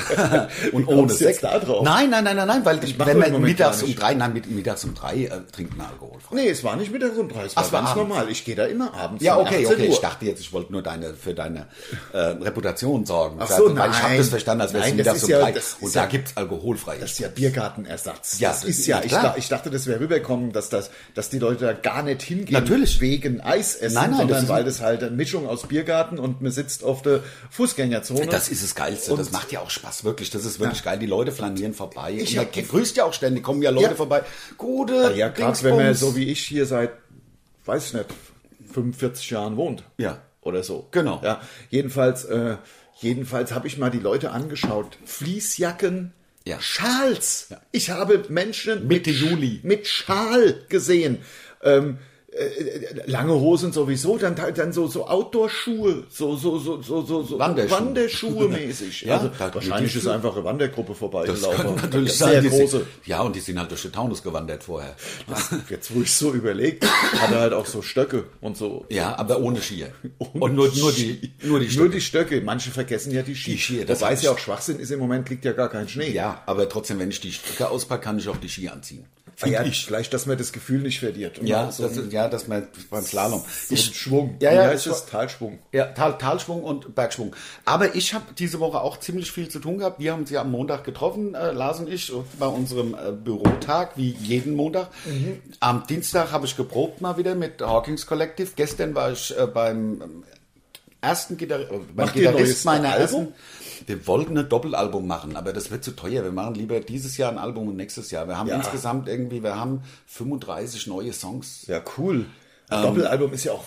[SPEAKER 2] Wie
[SPEAKER 3] und ohne
[SPEAKER 2] kommst du jetzt
[SPEAKER 3] Sekt.
[SPEAKER 2] da drauf?
[SPEAKER 3] Nein, nein, nein, nein, nein, weil
[SPEAKER 2] mach
[SPEAKER 3] wenn
[SPEAKER 2] das
[SPEAKER 3] man
[SPEAKER 2] momentan
[SPEAKER 3] mittags um
[SPEAKER 2] nicht.
[SPEAKER 3] drei, nein, mit, mittags um drei äh, trinkt man alkoholfrei.
[SPEAKER 2] Nee, es war nicht mittags um drei, es war
[SPEAKER 3] es war
[SPEAKER 2] ganz
[SPEAKER 3] abends.
[SPEAKER 2] normal. Ich gehe da immer abends.
[SPEAKER 3] Ja,
[SPEAKER 2] um
[SPEAKER 3] okay,
[SPEAKER 2] 18
[SPEAKER 3] okay. Ich
[SPEAKER 2] Uhr.
[SPEAKER 3] dachte jetzt, ich wollte nur deine, für deine äh, Reputation sorgen.
[SPEAKER 2] Ach so,
[SPEAKER 3] Weil ich habe
[SPEAKER 2] nein.
[SPEAKER 3] das verstanden, als wäre es
[SPEAKER 2] Nein, das
[SPEAKER 3] mittags
[SPEAKER 2] ist
[SPEAKER 3] um
[SPEAKER 2] ja-
[SPEAKER 3] drei.
[SPEAKER 2] das ist
[SPEAKER 3] Und
[SPEAKER 2] ja-
[SPEAKER 3] da gibt's alkoholfreie.
[SPEAKER 2] Das ist ja Biergartenersatz.
[SPEAKER 3] Ja,
[SPEAKER 2] das ist ja,
[SPEAKER 3] ja,
[SPEAKER 2] ich,
[SPEAKER 3] klar.
[SPEAKER 2] da, ich dachte, das wäre rüberkommen, dass, das, dass die Leute da gar nicht hingehen.
[SPEAKER 3] Natürlich.
[SPEAKER 2] Wegen Eisessen,
[SPEAKER 3] Nein, nein, das
[SPEAKER 2] sondern
[SPEAKER 3] ist-
[SPEAKER 2] weil das halt eine Mischung aus Biergarten und man sitzt auf der Fußgängerzone.
[SPEAKER 3] Das ist das Geilste.
[SPEAKER 2] Und-
[SPEAKER 3] das macht ja auch Spaß, wirklich. Das ist wirklich geil. Die Leute flanieren vorbei.
[SPEAKER 2] Ich
[SPEAKER 3] Ich man
[SPEAKER 2] hab-
[SPEAKER 3] grüßt ja auch ständig, kommen ja Leute
[SPEAKER 2] Ja.
[SPEAKER 3] vorbei. Gute.
[SPEAKER 2] Ja, gerade wenn man
[SPEAKER 3] Dingsbums.
[SPEAKER 2] so wie ich hier seit, weiß ich nicht, 45 Jahren wohnt.
[SPEAKER 3] Ja.
[SPEAKER 2] Oder so.
[SPEAKER 3] Genau.
[SPEAKER 2] Ja, jedenfalls, äh, jedenfalls habe ich mal die Leute angeschaut. Fließjacken,
[SPEAKER 3] Ja.
[SPEAKER 2] Schals. Ich habe Menschen
[SPEAKER 3] Mitte
[SPEAKER 2] mit,
[SPEAKER 3] Juli.
[SPEAKER 2] mit Schal gesehen. Ähm, äh, lange Hosen sowieso, dann dann so so Outdoor-Schuhe, so so so so so so
[SPEAKER 3] Wanderschuhe.
[SPEAKER 2] Wanderschuhe mäßig.
[SPEAKER 3] Ja,
[SPEAKER 2] also
[SPEAKER 3] da-
[SPEAKER 2] wahrscheinlich
[SPEAKER 3] die-
[SPEAKER 2] ist einfach eine Wandergruppe
[SPEAKER 3] Das
[SPEAKER 2] vorbeigelaufen.
[SPEAKER 3] kann natürlich
[SPEAKER 2] Sehr
[SPEAKER 3] sein. Die
[SPEAKER 2] große.
[SPEAKER 3] Sind, ja, und die sind halt durch den Taunus gewandert vorher.
[SPEAKER 2] Jetzt, wo ich so überlegt, hat er halt auch so Stöcke und so.
[SPEAKER 3] Ja, aber ohne Skier. und nur, nur die, nur die
[SPEAKER 2] Nur
[SPEAKER 3] Stöcke.
[SPEAKER 2] die Stöcke. Manche vergessen ja die Ski.
[SPEAKER 3] Die Ski, das
[SPEAKER 2] das Wobei es
[SPEAKER 3] heißt-
[SPEAKER 2] ja auch Schwachsinn ist, im Moment liegt ja gar kein Schnee.
[SPEAKER 3] Ja, aber trotzdem, wenn ich die Stöcke auspacke, kann ich auch die Ski anziehen.
[SPEAKER 2] Ah ja, vielleicht, dass man das Gefühl nicht verliert. Und
[SPEAKER 3] Ja,
[SPEAKER 2] man Genau, so
[SPEAKER 3] das ist, ja, dass man beim Slalom.
[SPEAKER 2] einen Schwung.
[SPEAKER 3] Ja, ja,
[SPEAKER 2] Wie heißt
[SPEAKER 3] ich-
[SPEAKER 2] das? Talschwung.
[SPEAKER 3] Ja, Tal, Talschwung und Bergschwung. Aber ich habe diese Woche auch ziemlich viel zu tun gehabt. Wir haben uns ja am Montag getroffen, äh, Lars und ich, bei unserem äh, Bürotag, wie jeden Montag.
[SPEAKER 2] Mhm.
[SPEAKER 3] Am Dienstag habe ich geprobt mal wieder mit Hawkins Collective. Gestern war ich äh, beim ähm, ersten Gitar äh, beim
[SPEAKER 2] Macht ihr ein
[SPEAKER 3] Gitarrist
[SPEAKER 2] neues
[SPEAKER 3] meiner
[SPEAKER 2] Album?
[SPEAKER 3] ersten. Wir wollten ein Doppelalbum machen, aber das wird zu teuer. Wir machen lieber dieses Jahr ein Album und nächstes Jahr. Wir haben
[SPEAKER 2] Ja.
[SPEAKER 3] insgesamt irgendwie, wir haben 35 neue Songs.
[SPEAKER 2] Ja, cool.
[SPEAKER 3] Ähm.
[SPEAKER 2] Ein Doppelalbum ist ja auch,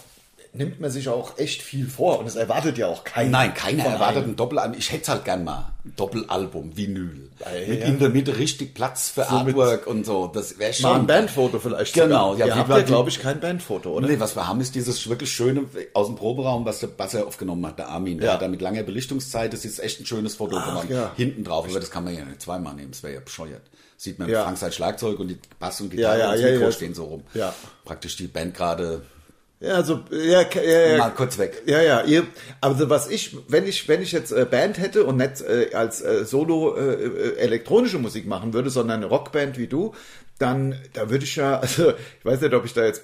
[SPEAKER 2] nimmt man sich auch echt viel vor und es erwartet ja auch keiner.
[SPEAKER 3] Nein, keiner
[SPEAKER 2] von
[SPEAKER 3] erwartet
[SPEAKER 2] einem.
[SPEAKER 3] ein Doppelalbum. Ich hätte halt gern mal. ein Doppelalbum, Vinyl.
[SPEAKER 2] Ja.
[SPEAKER 3] Mit in der Mitte richtig Platz für
[SPEAKER 2] mit-
[SPEAKER 3] Artwork und so. Das wäre schon.
[SPEAKER 2] Mal ein Bandfoto vielleicht.
[SPEAKER 3] Genau,
[SPEAKER 2] Ja,
[SPEAKER 3] ja,
[SPEAKER 2] Ihr
[SPEAKER 3] wie
[SPEAKER 2] habt
[SPEAKER 3] war
[SPEAKER 2] ja,
[SPEAKER 3] die-
[SPEAKER 2] glaube ich, kein Bandfoto, oder?
[SPEAKER 3] Nee, was wir haben, ist dieses wirklich schöne aus dem Proberaum, was der Basser aufgenommen hat, der Armin. Der
[SPEAKER 2] Ja.
[SPEAKER 3] hat da mit langer Belichtungszeit, das ist echt ein schönes Foto gemacht.
[SPEAKER 2] ja.
[SPEAKER 3] Hinten drauf, aber das kann man ja nicht zweimal nehmen, das wäre ja bescheuert. Sieht man
[SPEAKER 2] Ja.
[SPEAKER 3] Frank sein Schlagzeug und die Bass und Gitarre
[SPEAKER 2] Ja, ja,
[SPEAKER 3] und das
[SPEAKER 2] ja,
[SPEAKER 3] Mikro
[SPEAKER 2] ja.
[SPEAKER 3] stehen so rum.
[SPEAKER 2] Ja.
[SPEAKER 3] Praktisch die Band gerade
[SPEAKER 2] Ja, so, ja, ja, ja,
[SPEAKER 3] Mal kurz weg.
[SPEAKER 2] ja, ja, ihr, also was ich, wenn ich, wenn ich jetzt äh, Band hätte und nicht äh, als äh, Solo äh, äh, elektronische Musik machen würde, sondern eine Rockband wie du, dann, da würde ich ja, also ich weiß nicht, ob ich da jetzt ein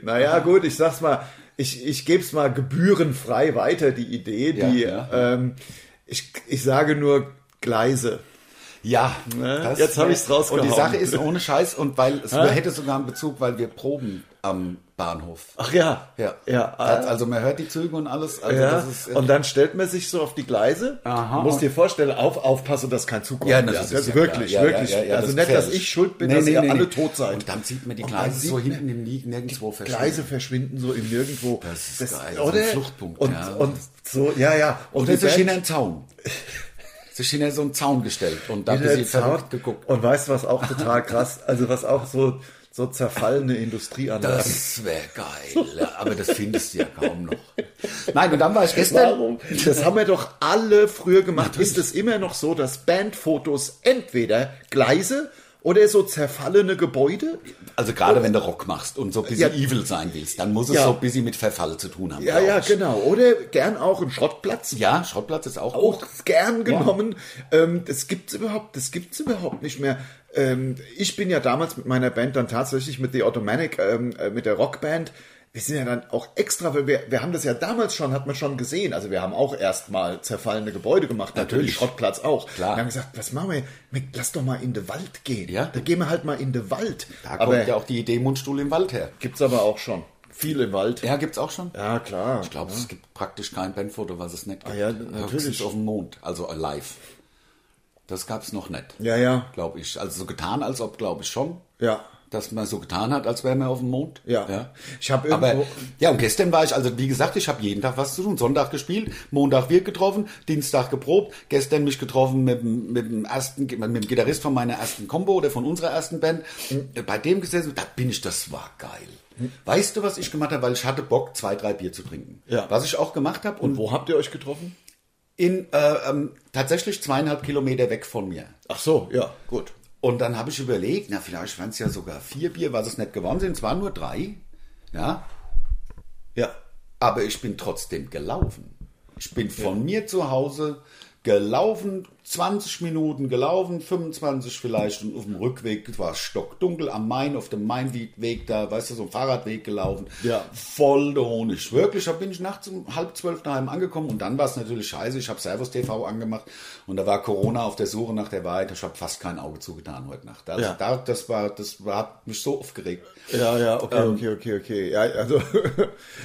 [SPEAKER 3] Mhm.
[SPEAKER 2] naja gut, ich sag's mal, ich, ich geb's mal gebührenfrei weiter, die Idee,
[SPEAKER 3] Ja,
[SPEAKER 2] die,
[SPEAKER 3] ja.
[SPEAKER 2] Ähm, ich, ich sage nur Gleise.
[SPEAKER 3] Ja,
[SPEAKER 2] Ne? Jetzt hab ich's rausgehauen.
[SPEAKER 3] Und die Sache ist ohne Scheiß und weil es man hätte sogar einen Bezug, weil wir proben am Bahnhof.
[SPEAKER 2] Ach ja,
[SPEAKER 3] Ja,
[SPEAKER 2] ja, äh.
[SPEAKER 3] Das- also man hört die Züge und alles. Also
[SPEAKER 2] ja.
[SPEAKER 3] das ist,
[SPEAKER 2] und dann stellt man sich so auf die Gleise.
[SPEAKER 3] Aha.
[SPEAKER 2] Muss dir vorstellen, auf, aufpassen, dass kein Zug kommt.
[SPEAKER 3] Ja, das ist ja
[SPEAKER 2] wirklich,
[SPEAKER 3] klar. Ja,
[SPEAKER 2] wirklich.
[SPEAKER 3] ja, ja, ja,
[SPEAKER 2] also
[SPEAKER 3] das
[SPEAKER 2] nicht, dass
[SPEAKER 3] gefährlich.
[SPEAKER 2] ich schuld bin,
[SPEAKER 3] Nee,
[SPEAKER 2] dass
[SPEAKER 3] nee,
[SPEAKER 2] ihr
[SPEAKER 3] nee,
[SPEAKER 2] alle
[SPEAKER 3] nee.
[SPEAKER 2] tot seid.
[SPEAKER 3] Und dann sieht man die
[SPEAKER 2] Und
[SPEAKER 3] Gleise
[SPEAKER 2] dann
[SPEAKER 3] so
[SPEAKER 2] sieht
[SPEAKER 3] hinten im Liegen nirgendwo
[SPEAKER 2] Gleise verschwinden so im Nirgendwo.
[SPEAKER 3] Das ist geil, so ein
[SPEAKER 2] Oder?
[SPEAKER 3] Fluchtpunkt,
[SPEAKER 2] Und,
[SPEAKER 3] ja.
[SPEAKER 2] und so, ja, ja. Und
[SPEAKER 3] Oder
[SPEAKER 2] die
[SPEAKER 3] sie
[SPEAKER 2] Band-
[SPEAKER 3] stehen einen Zaun. Sie stehen ja so einen Zaun gestellt und da
[SPEAKER 2] Jeder
[SPEAKER 3] haben sie
[SPEAKER 2] hat's laut
[SPEAKER 3] verrückt geguckt.
[SPEAKER 2] Und weißt du, was auch total krass, also was auch so, so zerfallene Industrieanlagen.
[SPEAKER 3] Das wäre geil, aber das findest du ja kaum noch. Nein, und dann war ich gestern.
[SPEAKER 2] Warum? Das haben wir doch alle früher gemacht. Ist es immer noch so, dass Bandfotos entweder Gleise oder so zerfallene Gebäude?
[SPEAKER 3] Also gerade wenn du Rock machst und so ein bisschen
[SPEAKER 2] Ja.
[SPEAKER 3] evil sein willst, dann muss es
[SPEAKER 2] Ja.
[SPEAKER 3] so ein bisschen mit Verfall zu tun haben.
[SPEAKER 2] Ja, ja,
[SPEAKER 3] genau.
[SPEAKER 2] genau. Oder gern auch ein Schrottplatz.
[SPEAKER 3] Ja, Schrottplatz ist auch,
[SPEAKER 2] Auch
[SPEAKER 3] gut.
[SPEAKER 2] gern genommen. Ähm, das gibt's überhaupt, das gibt's überhaupt nicht mehr. Ähm, ich bin ja damals mit meiner Band dann tatsächlich mit The Automatic, ähm, äh, mit der Rockband. Wir sind ja dann auch extra, weil wir, wir haben das ja damals schon, hat man schon gesehen. Also wir haben auch erstmal zerfallene Gebäude gemacht, natürlich,
[SPEAKER 3] Natürlich.
[SPEAKER 2] Schrottplatz auch.
[SPEAKER 3] Klar.
[SPEAKER 2] Wir haben gesagt, was machen wir? Mick, Lass doch mal in den Wald gehen.
[SPEAKER 3] Ja.
[SPEAKER 2] Da gehen wir halt mal in den Wald.
[SPEAKER 3] Da
[SPEAKER 2] aber
[SPEAKER 3] kommt ja auch die Idee Mundstuhl im Wald her.
[SPEAKER 2] gibt's aber auch schon. Viel im Wald.
[SPEAKER 3] Ja, gibt's auch schon?
[SPEAKER 2] Ja, klar.
[SPEAKER 3] Ich glaube, es gibt praktisch kein Bandfoto, was es nicht gibt.
[SPEAKER 2] Ah ja, natürlich.
[SPEAKER 3] Höchstens auf dem Mond, also live. Das gab's noch nicht.
[SPEAKER 2] Ja, ja.
[SPEAKER 3] Glaube ich. Also so getan, als ob, glaube ich schon.
[SPEAKER 2] Ja.
[SPEAKER 3] Dass man so getan hat, als wäre man auf dem Mond.
[SPEAKER 2] Ja. Ich habe
[SPEAKER 3] Aber,
[SPEAKER 2] irgendwo.
[SPEAKER 3] ja, und gestern war ich, also wie gesagt, ich habe jeden Tag was zu tun. Sonntag gespielt, Montag wird getroffen, Dienstag geprobt, gestern mich getroffen mit, dem- mit dem ersten, mit dem Gitarrist von meiner ersten Combo oder von unserer ersten Band.
[SPEAKER 2] Hm.
[SPEAKER 3] Bei dem gesessen, da bin ich, das war geil. Weißt du, was ich gemacht habe? Weil ich hatte Bock, zwei, drei Bier zu trinken.
[SPEAKER 2] Ja.
[SPEAKER 3] Was ich auch gemacht habe und
[SPEAKER 2] wo habt ihr euch getroffen?
[SPEAKER 3] in äh, ähm, tatsächlich zweieinhalb Kilometer weg von mir.
[SPEAKER 2] Ach so, ja, gut.
[SPEAKER 3] Und dann habe ich überlegt, na, vielleicht wären es ja sogar vier Bier, was es nicht geworden sind. Es waren nur drei. Ja.
[SPEAKER 2] Ja.
[SPEAKER 3] Aber ich bin trotzdem gelaufen. Ich bin von mir zu Hause gelaufen, 20 Minuten gelaufen, 25 vielleicht und auf dem Rückweg war es stockdunkel am Main, auf dem Mainweg da, weißt du, so ein Fahrradweg gelaufen.
[SPEAKER 2] Ja.
[SPEAKER 3] Voll der Honig. Wirklich, da bin ich nachts um halb zwölf daheim angekommen und dann war es natürlich scheiße. Ich habe Servus TV angemacht und da war Corona auf der Suche nach der Wahrheit. Ich habe fast kein Auge zugetan heute Nacht. Also
[SPEAKER 2] Ja.
[SPEAKER 3] da, das war, das war, hat mich so aufgeregt.
[SPEAKER 2] Ja, ja, okay, okay, okay, okay. Ja, also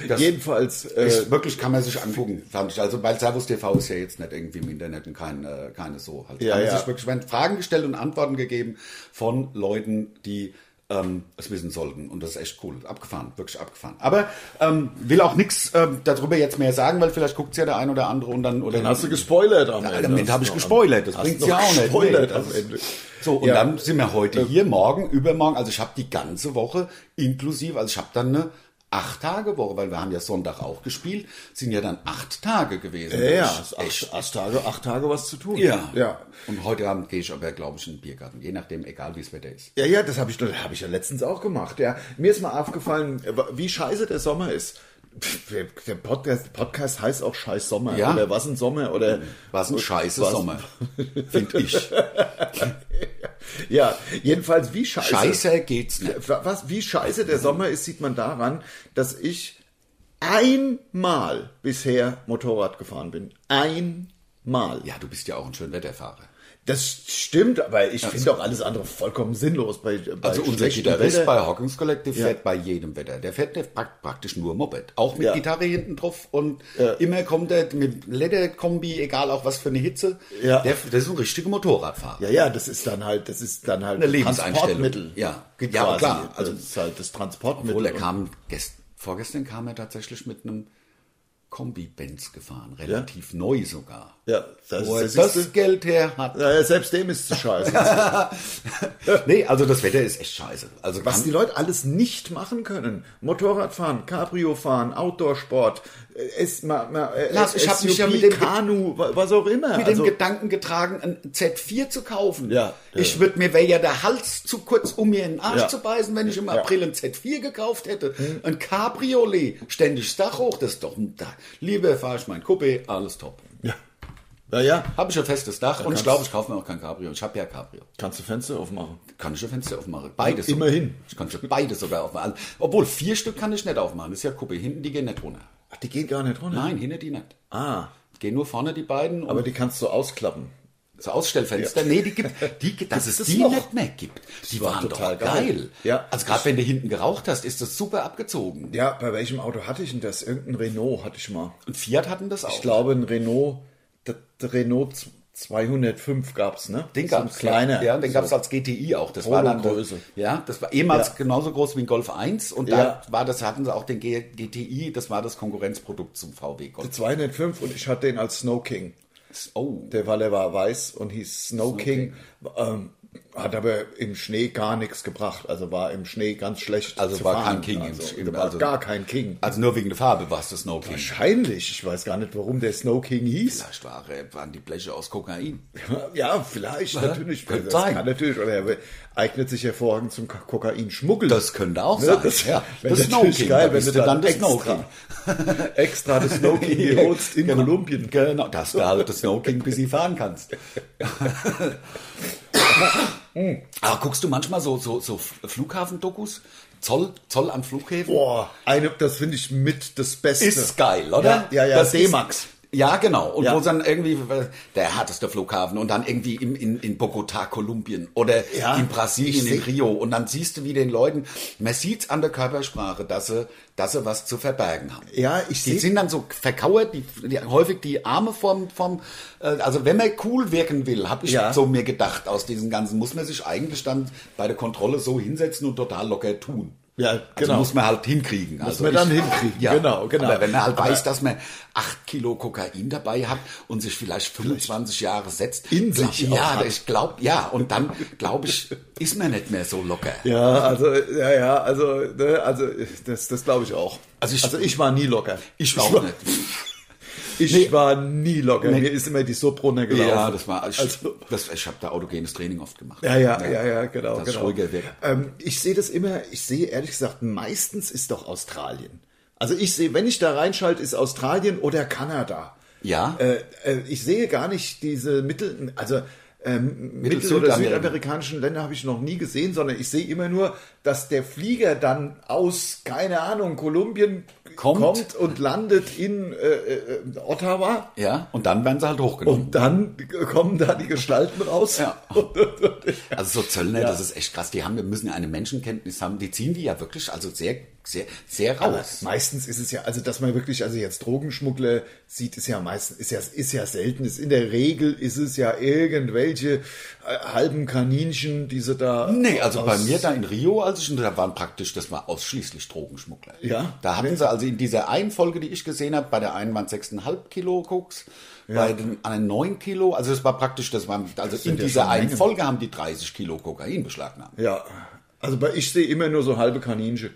[SPEAKER 3] Das-
[SPEAKER 2] jedenfalls. Äh,
[SPEAKER 3] Ich, wirklich kann man sich angucken, fand ich. Also weil Servus TV ist ja jetzt nicht irgendwie im Internet und kein, äh, keine so. Halt.
[SPEAKER 2] Ja,
[SPEAKER 3] kann man
[SPEAKER 2] ja.
[SPEAKER 3] Sich wirklich, werden Fragen gestellt und Antworten gegeben von Leuten, die ähm, es wissen sollten. Und das ist echt cool. Abgefahren, wirklich abgefahren. Aber ähm, will auch nichts ähm, darüber jetzt mehr sagen, weil vielleicht guckt ja der ein oder andere und dann oder
[SPEAKER 2] dann hast du gespoilert am
[SPEAKER 3] ja,
[SPEAKER 2] Ende.
[SPEAKER 3] damit habe
[SPEAKER 2] Hast
[SPEAKER 3] ich
[SPEAKER 2] du noch-
[SPEAKER 3] gespoilert. Das
[SPEAKER 2] hast
[SPEAKER 3] bringt's
[SPEAKER 2] noch
[SPEAKER 3] ja auch nicht.
[SPEAKER 2] gespoilert
[SPEAKER 3] Nee,
[SPEAKER 2] am
[SPEAKER 3] das ist-
[SPEAKER 2] Ende.
[SPEAKER 3] So, und
[SPEAKER 2] Ja. Äh,
[SPEAKER 3] dann sind wir heute hier, morgen, übermorgen. Also ich habe die ganze Woche inklusive, also ich habe dann eine Acht-Tage-Woche, weil wir haben ja Sonntag auch gespielt, sind ja dann acht Tage gewesen.
[SPEAKER 2] Ja, ja,
[SPEAKER 3] Ich-
[SPEAKER 2] hast acht, acht Tage, acht Tage was zu tun.
[SPEAKER 3] ja.
[SPEAKER 2] ja.
[SPEAKER 3] Und heute Abend gehe ich aber, glaube ich, in den Biergarten. Je nachdem, egal wie das Wetter ist.
[SPEAKER 2] Ja, ja, das habe ich, das hab ich ja letztens auch gemacht. Ja. Mir ist mal aufgefallen, wie scheiße der Sommer ist. Pff, Der der Podcast, Podcast heißt auch Scheiß Sommer.
[SPEAKER 3] Ja.
[SPEAKER 2] Oder was ein Sommer? Oder
[SPEAKER 3] Was ein scheiße
[SPEAKER 2] was-
[SPEAKER 3] Sommer, finde ich.
[SPEAKER 2] Ja, jedenfalls wie scheiße.
[SPEAKER 3] Scheiße geht's nicht.
[SPEAKER 2] Was, wie scheiße der Sommer ist, sieht man daran, dass ich einmal bisher Motorrad gefahren bin. Einmal.
[SPEAKER 3] Ja, du bist ja auch ein schön Wetterfahrer.
[SPEAKER 2] Das stimmt, aber ich finde auch alles andere vollkommen sinnlos. Bei, bei
[SPEAKER 3] Also unser
[SPEAKER 2] schlechtem
[SPEAKER 3] Gitarrist
[SPEAKER 2] Wetter.
[SPEAKER 3] bei Hawkins Collective
[SPEAKER 2] Ja.
[SPEAKER 3] fährt bei jedem Wetter. Der fährt der prak- praktisch nur Moped. Auch mit
[SPEAKER 2] Ja.
[SPEAKER 3] Gitarre hinten drauf und immer kommt er mit Lederkombi, egal auch was für eine Hitze.
[SPEAKER 2] Ja.
[SPEAKER 3] Der, der ist ein richtiger Motorradfahrer.
[SPEAKER 2] Ja, ja, das ist dann halt, das ist dann halt
[SPEAKER 3] Eine Lebenseinstellung.
[SPEAKER 2] Transportmittel.
[SPEAKER 3] Ja, ja
[SPEAKER 2] Quasi.
[SPEAKER 3] klar. Also,
[SPEAKER 2] das ist halt das
[SPEAKER 3] obwohl er
[SPEAKER 2] Transportmittel.
[SPEAKER 3] kam, gest, vorgestern kam er tatsächlich mit einem Kombi-Benz gefahren, relativ neu sogar.
[SPEAKER 2] Ja, das,
[SPEAKER 3] Wo er
[SPEAKER 2] das,
[SPEAKER 3] das
[SPEAKER 2] ist,
[SPEAKER 3] Geld her hat.
[SPEAKER 2] naja, selbst dem ist zu scheiße.
[SPEAKER 3] Nee, also das Wetter ist echt scheiße. Also
[SPEAKER 2] Was
[SPEAKER 3] kann,
[SPEAKER 2] die Leute alles nicht machen können. Motorradfahren, Cabrio fahren, Outdoor-Sport, äh, es, ma, ma, äh,
[SPEAKER 3] Lars, ich hab
[SPEAKER 2] SUV,
[SPEAKER 3] mich ja mit dem Ge-
[SPEAKER 2] Kanu, wa- was auch immer.
[SPEAKER 3] mit
[SPEAKER 2] also,
[SPEAKER 3] dem Gedanken getragen, ein Z4 zu kaufen.
[SPEAKER 2] Ja, ja.
[SPEAKER 3] Ich würde mir wäre ja der Hals zu kurz, um mir in den Arsch
[SPEAKER 2] Ja. Hm.
[SPEAKER 3] zu beißen, wenn ich im April ein Z4 gekauft hätte. Ein Cabriolet, ständig das Dach hoch, das ist doch ein Dach. Lieber fahre ich mein Coupé, alles top.
[SPEAKER 2] naja,
[SPEAKER 3] Habe ich ein festes Dach und ich glaube, ich kaufe mir auch kein Cabrio. Ich habe ja Cabrio.
[SPEAKER 2] kannst du Fenster aufmachen.
[SPEAKER 3] Kann ich ein Fenster aufmachen? Beides.
[SPEAKER 2] Also Immerhin.
[SPEAKER 3] Ich kann schon beides sogar aufmachen. Obwohl, vier Stück kann ich nicht aufmachen. Das ist ja Coupé. Hinten, die gehen nicht runter.
[SPEAKER 2] Ach, die gehen gar nicht runter.
[SPEAKER 3] Nein, hinten die nicht.
[SPEAKER 2] Ah,
[SPEAKER 3] Gehen nur vorne die beiden und
[SPEAKER 2] aber die kannst du ausklappen.
[SPEAKER 3] So Ausstellfenster, nee, die gibt, die, gibt- dass es
[SPEAKER 2] das
[SPEAKER 3] die
[SPEAKER 2] noch?
[SPEAKER 3] nicht mehr gibt. Die
[SPEAKER 2] war
[SPEAKER 3] waren
[SPEAKER 2] total
[SPEAKER 3] total doch geil.
[SPEAKER 2] geil. Ja.
[SPEAKER 3] Also gerade wenn du hinten geraucht hast, ist das super abgezogen.
[SPEAKER 2] Ja, bei welchem Auto hatte ich denn das? Irgendein Renault hatte ich mal.
[SPEAKER 3] Und Fiat hatten das auch.
[SPEAKER 2] Ich glaube, ein Renault, der, der Renault z- 205 gab's, ne?
[SPEAKER 3] den
[SPEAKER 2] So ein
[SPEAKER 3] gab's
[SPEAKER 2] kleiner.
[SPEAKER 3] Ja, den
[SPEAKER 2] so.
[SPEAKER 3] gab's als GTI auch. Das war dann
[SPEAKER 2] Polo-Größe.
[SPEAKER 3] Ja, das war ehemals genauso groß wie ein Golf 1 und
[SPEAKER 2] Ja.
[SPEAKER 3] da war das hatten sie auch den G GTI, das war das Konkurrenzprodukt zum VW Golf.
[SPEAKER 2] 205 und ich hatte den als Snow King.
[SPEAKER 3] Oh.
[SPEAKER 2] Der, weil er war weiß und hieß Snow, King. Ähm, hat aber im Schnee gar nichts gebracht. Also war im Schnee ganz schlecht.
[SPEAKER 3] Also
[SPEAKER 2] zu
[SPEAKER 3] war kein
[SPEAKER 2] fahren.
[SPEAKER 3] King im
[SPEAKER 2] Also,
[SPEAKER 3] Schnee,
[SPEAKER 2] war
[SPEAKER 3] also-
[SPEAKER 2] gar kein King.
[SPEAKER 3] Also nur wegen der Farbe war es das No King.
[SPEAKER 2] Wahrscheinlich. Ich weiß gar nicht, warum der Snow King hieß.
[SPEAKER 3] Vielleicht war, waren die Bleche aus Kokain.
[SPEAKER 2] Ja, vielleicht, natürlich.
[SPEAKER 3] Könnte
[SPEAKER 2] das
[SPEAKER 3] sein.
[SPEAKER 2] kann natürlich. Oder er eignet sich hervorragend zum K- Kokainschmuggel.
[SPEAKER 3] Das könnte auch
[SPEAKER 2] Ne,
[SPEAKER 3] sein.
[SPEAKER 2] das-
[SPEAKER 3] ja.
[SPEAKER 2] wenn
[SPEAKER 3] Das
[SPEAKER 2] das
[SPEAKER 3] No
[SPEAKER 2] natürlich
[SPEAKER 3] King.
[SPEAKER 2] geil,
[SPEAKER 3] da
[SPEAKER 2] wenn
[SPEAKER 3] bist
[SPEAKER 2] du
[SPEAKER 3] du dann
[SPEAKER 2] dann
[SPEAKER 3] das No
[SPEAKER 2] extra-
[SPEAKER 3] King.
[SPEAKER 2] Extra das Snow King geholzt in
[SPEAKER 3] Genau.
[SPEAKER 2] Kolumbien.
[SPEAKER 3] Genau, dass du halt das Snow King bis sie fahren kannst. Aber Ah, guckst du manchmal so, so, so Flughafendokus? Zoll, Zoll am Flughäfen?
[SPEAKER 2] Boah, eine, das finde ich mit das Beste.
[SPEAKER 3] Ist geil, oder?
[SPEAKER 2] Ja, ja, ja,
[SPEAKER 3] Das ist-
[SPEAKER 2] D-Max.
[SPEAKER 3] Ja, genau. Und
[SPEAKER 2] Ja.
[SPEAKER 3] wo dann irgendwie, äh, der härteste Flughafen und dann irgendwie im, in, in Bogotá, Kolumbien oder
[SPEAKER 2] Ja,
[SPEAKER 3] in Brasilien,
[SPEAKER 2] ich
[SPEAKER 3] in
[SPEAKER 2] seh-
[SPEAKER 3] Rio. Und dann siehst du, wie den Leuten, man sieht's an der Körpersprache, dass sie, dass sie was zu verbergen haben.
[SPEAKER 2] Ja, ich
[SPEAKER 3] Die
[SPEAKER 2] sehe
[SPEAKER 3] sind dann so verkauert, die, die, häufig die Arme vom, vom äh, also wenn man cool wirken will, habe ich
[SPEAKER 2] Ja.
[SPEAKER 3] so mir gedacht, aus diesen ganzen, muss man sich eigentlich dann bei der Kontrolle so hinsetzen und total locker tun.
[SPEAKER 2] Ja,
[SPEAKER 3] Also
[SPEAKER 2] genau.
[SPEAKER 3] muss man halt hinkriegen. Muss also
[SPEAKER 2] man dann hinkriegen, genau, genau.
[SPEAKER 3] Aber wenn man halt
[SPEAKER 2] Aber-
[SPEAKER 3] weiß, dass man 8 Kilo Kokain dabei hat und sich vielleicht 25 Jahre setzt.
[SPEAKER 2] In sich auch
[SPEAKER 3] Ja,
[SPEAKER 2] hat.
[SPEAKER 3] ich glaube, ja. Und dann, glaube ich, ist man nicht mehr so locker.
[SPEAKER 2] Ja, also, ja, ja, also, ne, also das, das glaube ich auch.
[SPEAKER 3] Also ich-
[SPEAKER 2] war nie locker.
[SPEAKER 3] Ich auch
[SPEAKER 2] war,
[SPEAKER 3] nicht.
[SPEAKER 2] Ich war nie locker. Mir ist immer die Subrunner gelaufen.
[SPEAKER 3] Ja, das war, ich,
[SPEAKER 2] Also-
[SPEAKER 3] das, ich habe da autogenes Training oft gemacht.
[SPEAKER 2] Ja, ja, ja, ja, genau.
[SPEAKER 3] Dass es
[SPEAKER 2] genau.
[SPEAKER 3] ruhiger wird.
[SPEAKER 2] Ähm, ich sehe das immer, ich sehe ehrlich gesagt, meistens ist doch Australien. Also ich sehe, wenn ich da reinschalte, ist Australien oder Kanada.
[SPEAKER 3] Ja.
[SPEAKER 2] Äh, äh, ich sehe gar nicht diese Mittel, also ähm, Mittel- oder
[SPEAKER 3] Südamerika.
[SPEAKER 2] südamerikanischen Länder habe ich noch nie gesehen, sondern ich sehe immer nur, dass der Flieger dann aus, keine Ahnung, Kolumbien
[SPEAKER 3] Kommt.
[SPEAKER 2] und landet in äh, äh, Ottawa.
[SPEAKER 3] Ja, und dann werden sie halt hochgenommen.
[SPEAKER 2] Und dann kommen da die Gestalten raus.
[SPEAKER 3] Ja. Also so Zöllner, das ist echt krass. Die haben, wir müssen ja eine Menschenkenntnis haben. Die ziehen die ja wirklich, also sehr, sehr, sehr
[SPEAKER 2] Aber
[SPEAKER 3] raus.
[SPEAKER 2] meistens ist es ja, also dass man wirklich, also jetzt Drogenschmuggler sieht, ist ja meistens, ist ja, ist ja selten. Ist in der Regel ist es ja irgendwelche äh, halben Kaninchen, die sie da.
[SPEAKER 3] Nee, also bei
[SPEAKER 2] aus-
[SPEAKER 3] mir da in Rio, als ich, da waren praktisch, das war ausschließlich Drogenschmuggler.
[SPEAKER 2] Ja?
[SPEAKER 3] Da hatten sie also in dieser einen Folge, die ich gesehen habe, bei der einen waren es 6,5 Kilo Koks, bei den anderen 9 Kilo, also das war praktisch, das waren, also in
[SPEAKER 2] sind ja
[SPEAKER 3] dieser
[SPEAKER 2] schon
[SPEAKER 3] einen
[SPEAKER 2] Mengen.
[SPEAKER 3] Folge haben die 30 Kilo Kokain beschlagnahmt.
[SPEAKER 2] Ja. Also bei ich sehe immer nur so halbe Kaninchen.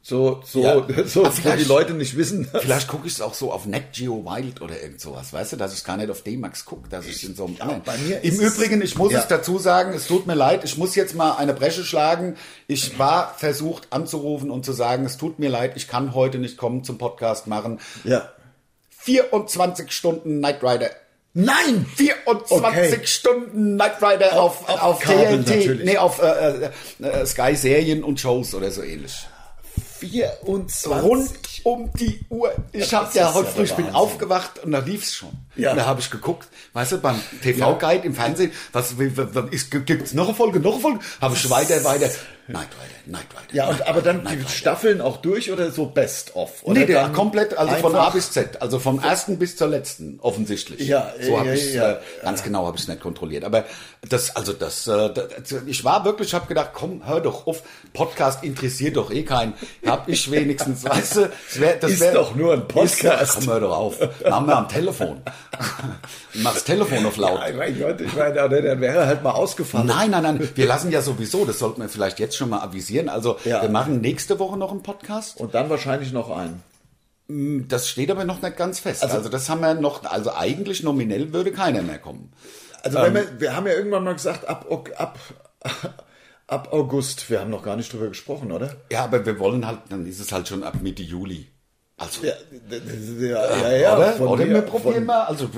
[SPEAKER 2] So, so,
[SPEAKER 3] Ja.
[SPEAKER 2] so,
[SPEAKER 3] Aber
[SPEAKER 2] wo die
[SPEAKER 3] vielleicht-
[SPEAKER 2] Leute nicht wissen.
[SPEAKER 3] Vielleicht gucke ich es auch so auf Net Geo Wild oder irgend sowas, weißt du, dass ich gar nicht auf D-Max gucke, dass ich in so einem anderen-
[SPEAKER 2] bei mir
[SPEAKER 3] Im
[SPEAKER 2] ist es-
[SPEAKER 3] Übrigen, ich muss
[SPEAKER 2] Ja.
[SPEAKER 3] es dazu sagen, es tut mir leid, ich muss jetzt mal eine Bresche schlagen. Ich war versucht anzurufen und zu sagen, es tut mir leid, ich kann heute nicht kommen zum Podcast machen.
[SPEAKER 2] Ja.
[SPEAKER 3] 24 Stunden Night Rider.
[SPEAKER 2] Nein!
[SPEAKER 3] 24
[SPEAKER 2] Okay.
[SPEAKER 3] Stunden Night Rider auf, auf,
[SPEAKER 2] auf Kabel
[SPEAKER 3] TNT,
[SPEAKER 2] natürlich.
[SPEAKER 3] nee, auf äh, äh, äh, Sky Serien und Shows oder so ähnlich.
[SPEAKER 2] 24.
[SPEAKER 3] Rund um die Uhr. Ich
[SPEAKER 2] Ja,
[SPEAKER 3] habe
[SPEAKER 2] das
[SPEAKER 3] ja
[SPEAKER 2] ist
[SPEAKER 3] heute
[SPEAKER 2] ja
[SPEAKER 3] früh,
[SPEAKER 2] der
[SPEAKER 3] ich bin
[SPEAKER 2] Wahnsinn.
[SPEAKER 3] aufgewacht und da lief's schon.
[SPEAKER 2] Ja.
[SPEAKER 3] Und da habe ich geguckt, weißt du, beim TV-Guide im Fernsehen, was, wie- wie- wie- ist- gibt's noch eine Folge, noch eine Folge? Habe ich weiter, weiter, Night Rider, Night Rider.
[SPEAKER 2] Ja,
[SPEAKER 3] Knight
[SPEAKER 2] und, aber dann
[SPEAKER 3] Rider,
[SPEAKER 2] die
[SPEAKER 3] Knight Rider.
[SPEAKER 2] Staffeln auch durch oder so best of? Oder
[SPEAKER 3] Nee, der
[SPEAKER 2] dann
[SPEAKER 3] komplett, also von
[SPEAKER 2] einfach-
[SPEAKER 3] A bis Z, also vom ersten bis zur letzten, offensichtlich.
[SPEAKER 2] Ja,
[SPEAKER 3] so habe
[SPEAKER 2] ja,
[SPEAKER 3] ich
[SPEAKER 2] ja.
[SPEAKER 3] äh, ganz genau habe ich es nicht kontrolliert. Aber das, also das, äh, das ich war wirklich, habe gedacht, komm, hör doch auf, Podcast interessiert doch eh keinen. Hab ich wenigstens, weißt du, Das wär, das
[SPEAKER 2] Ist
[SPEAKER 3] wär-
[SPEAKER 2] doch nur ein Podcast.
[SPEAKER 3] Ist, komm, hör doch auf. Machen wir am Telefon. Mach das Telefon auf laut.
[SPEAKER 2] Nein, mein Gott, ich meine, dann wäre er halt mal ausgefallen.
[SPEAKER 3] Nein, nein, nein. Wir lassen ja sowieso, das sollten wir vielleicht jetzt schon mal avisieren. Also
[SPEAKER 2] Ja.
[SPEAKER 3] wir machen nächste Woche noch einen Podcast.
[SPEAKER 2] Und dann wahrscheinlich noch einen.
[SPEAKER 3] Das steht aber noch nicht ganz fest. Also, das haben wir noch, also eigentlich nominell würde keiner mehr kommen.
[SPEAKER 2] Also wenn wir, wir haben ja irgendwann mal gesagt, ab, Ok- ab, ab August. Wir haben noch gar nicht drüber gesprochen, oder?
[SPEAKER 3] Ja, aber wir wollen halt, dann ist es halt schon ab Mitte Juli. Also,
[SPEAKER 2] Ja, d- d- ja, ja. ja
[SPEAKER 3] oder?
[SPEAKER 2] von
[SPEAKER 3] oder
[SPEAKER 2] mir-
[SPEAKER 3] wir probieren
[SPEAKER 2] von-
[SPEAKER 3] mal. Also,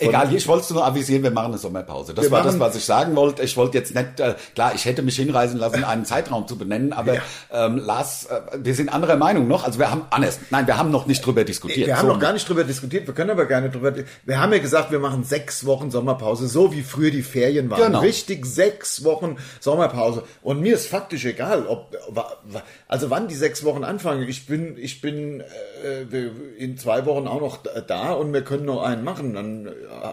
[SPEAKER 3] egal, ich wollte es nur avisieren, wir machen eine Sommerpause. Das
[SPEAKER 2] Wir
[SPEAKER 3] war das,
[SPEAKER 2] machen-
[SPEAKER 3] was ich sagen wollte. Ich wollte jetzt nicht, äh, klar, ich hätte mich hinreißen lassen, einen Zeitraum zu benennen, aber ähm, Lars, äh, wir sind anderer Meinung noch. Also wir haben, anders, nein, wir haben noch nicht drüber diskutiert.
[SPEAKER 2] Wir haben
[SPEAKER 3] So.
[SPEAKER 2] noch gar nicht drüber diskutiert, wir können aber gerne drüber. Wir haben ja gesagt, wir machen sechs Wochen Sommerpause, so wie früher die Ferien waren.
[SPEAKER 3] Genau.
[SPEAKER 2] Richtig sechs Wochen Sommerpause. Und mir ist faktisch egal, ob wa- wa- also wann die sechs Wochen anfangen. Ich bin, ich bin äh, wir- in zwei Wochen auch noch da und wir können noch einen machen. Dann, äh,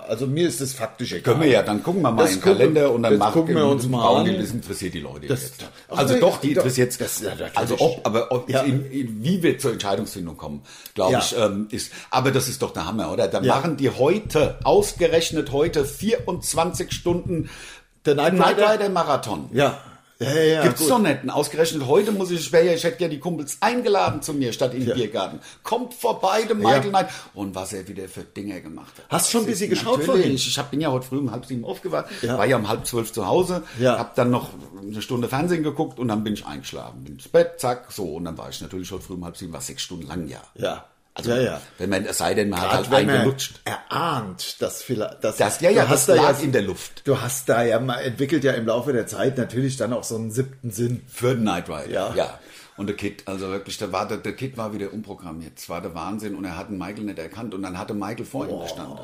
[SPEAKER 2] also mir ist es faktisch egal.
[SPEAKER 3] Können wir ja, dann gucken wir mal
[SPEAKER 2] Das
[SPEAKER 3] in den
[SPEAKER 2] gucken-
[SPEAKER 3] Kalender und dann
[SPEAKER 2] das
[SPEAKER 3] machen
[SPEAKER 2] gucken wir uns mal
[SPEAKER 3] bauen
[SPEAKER 2] an.
[SPEAKER 3] die- Das interessiert die Leute
[SPEAKER 2] Das-
[SPEAKER 3] jetzt.
[SPEAKER 2] Ach,
[SPEAKER 3] Also
[SPEAKER 2] nee,
[SPEAKER 3] doch, die
[SPEAKER 2] doch.
[SPEAKER 3] interessiert
[SPEAKER 2] Das- ja, natürlich.
[SPEAKER 3] Also ob, aber ob,
[SPEAKER 2] Ja.
[SPEAKER 3] in, in, wie wir zur Entscheidungsfindung kommen, glaube
[SPEAKER 2] Ja.
[SPEAKER 3] ich, ähm, ist. Aber das ist doch der Hammer, oder? Da machen die heute, ausgerechnet heute, 24 Stunden
[SPEAKER 2] Der Knight
[SPEAKER 3] Knight
[SPEAKER 2] Rider?
[SPEAKER 3] Rider Marathon.
[SPEAKER 2] Ja, ja, ja. ja
[SPEAKER 3] Gibt's
[SPEAKER 2] gut.
[SPEAKER 3] doch nicht. Und Ausgerechnet heute muss ich, ich wär ja, ich hätte ja die Kumpels eingeladen zu mir statt in den Biergarten. Kommt vorbei, der Michael Knight. Und was er wieder für Dinger gemacht hat.
[SPEAKER 2] Hast schon ein
[SPEAKER 3] Das ist-
[SPEAKER 2] bisschen geschaut
[SPEAKER 3] Natürlich.
[SPEAKER 2] vorhin?
[SPEAKER 3] Ich hab, bin ja heute früh um halb sieben aufgewacht,
[SPEAKER 2] Ja.
[SPEAKER 3] war ja um halb zwölf zu Hause,
[SPEAKER 2] Ja.
[SPEAKER 3] hab dann noch eine Stunde Fernsehen geguckt und dann bin ich eingeschlafen. Bin ins Bett, zack, so. Und dann war ich natürlich heute früh um halb sieben, war sechs Stunden lang, ja.
[SPEAKER 2] Ja.
[SPEAKER 3] Also,
[SPEAKER 2] Ja, ja.
[SPEAKER 3] wenn man, es sei denn, man hat
[SPEAKER 2] Gerade
[SPEAKER 3] halt
[SPEAKER 2] wenn man
[SPEAKER 3] eingelutscht.
[SPEAKER 2] erahnt, dass vielleicht, dass
[SPEAKER 3] Das, ja, ja,
[SPEAKER 2] du
[SPEAKER 3] das
[SPEAKER 2] hast da
[SPEAKER 3] lag
[SPEAKER 2] ja
[SPEAKER 3] in der Luft.
[SPEAKER 2] Du hast da ja mal entwickelt ja im Laufe der Zeit natürlich dann auch so einen siebten Sinn.
[SPEAKER 3] Für den Night Rider.
[SPEAKER 2] Ja.
[SPEAKER 3] ja. Und der Kid, also wirklich, der, war, der, der Kid war wieder umprogrammiert. Es war der Wahnsinn und er hat den Michael nicht erkannt und dann hatte Michael vor
[SPEAKER 2] Oh.
[SPEAKER 3] ihm gestanden.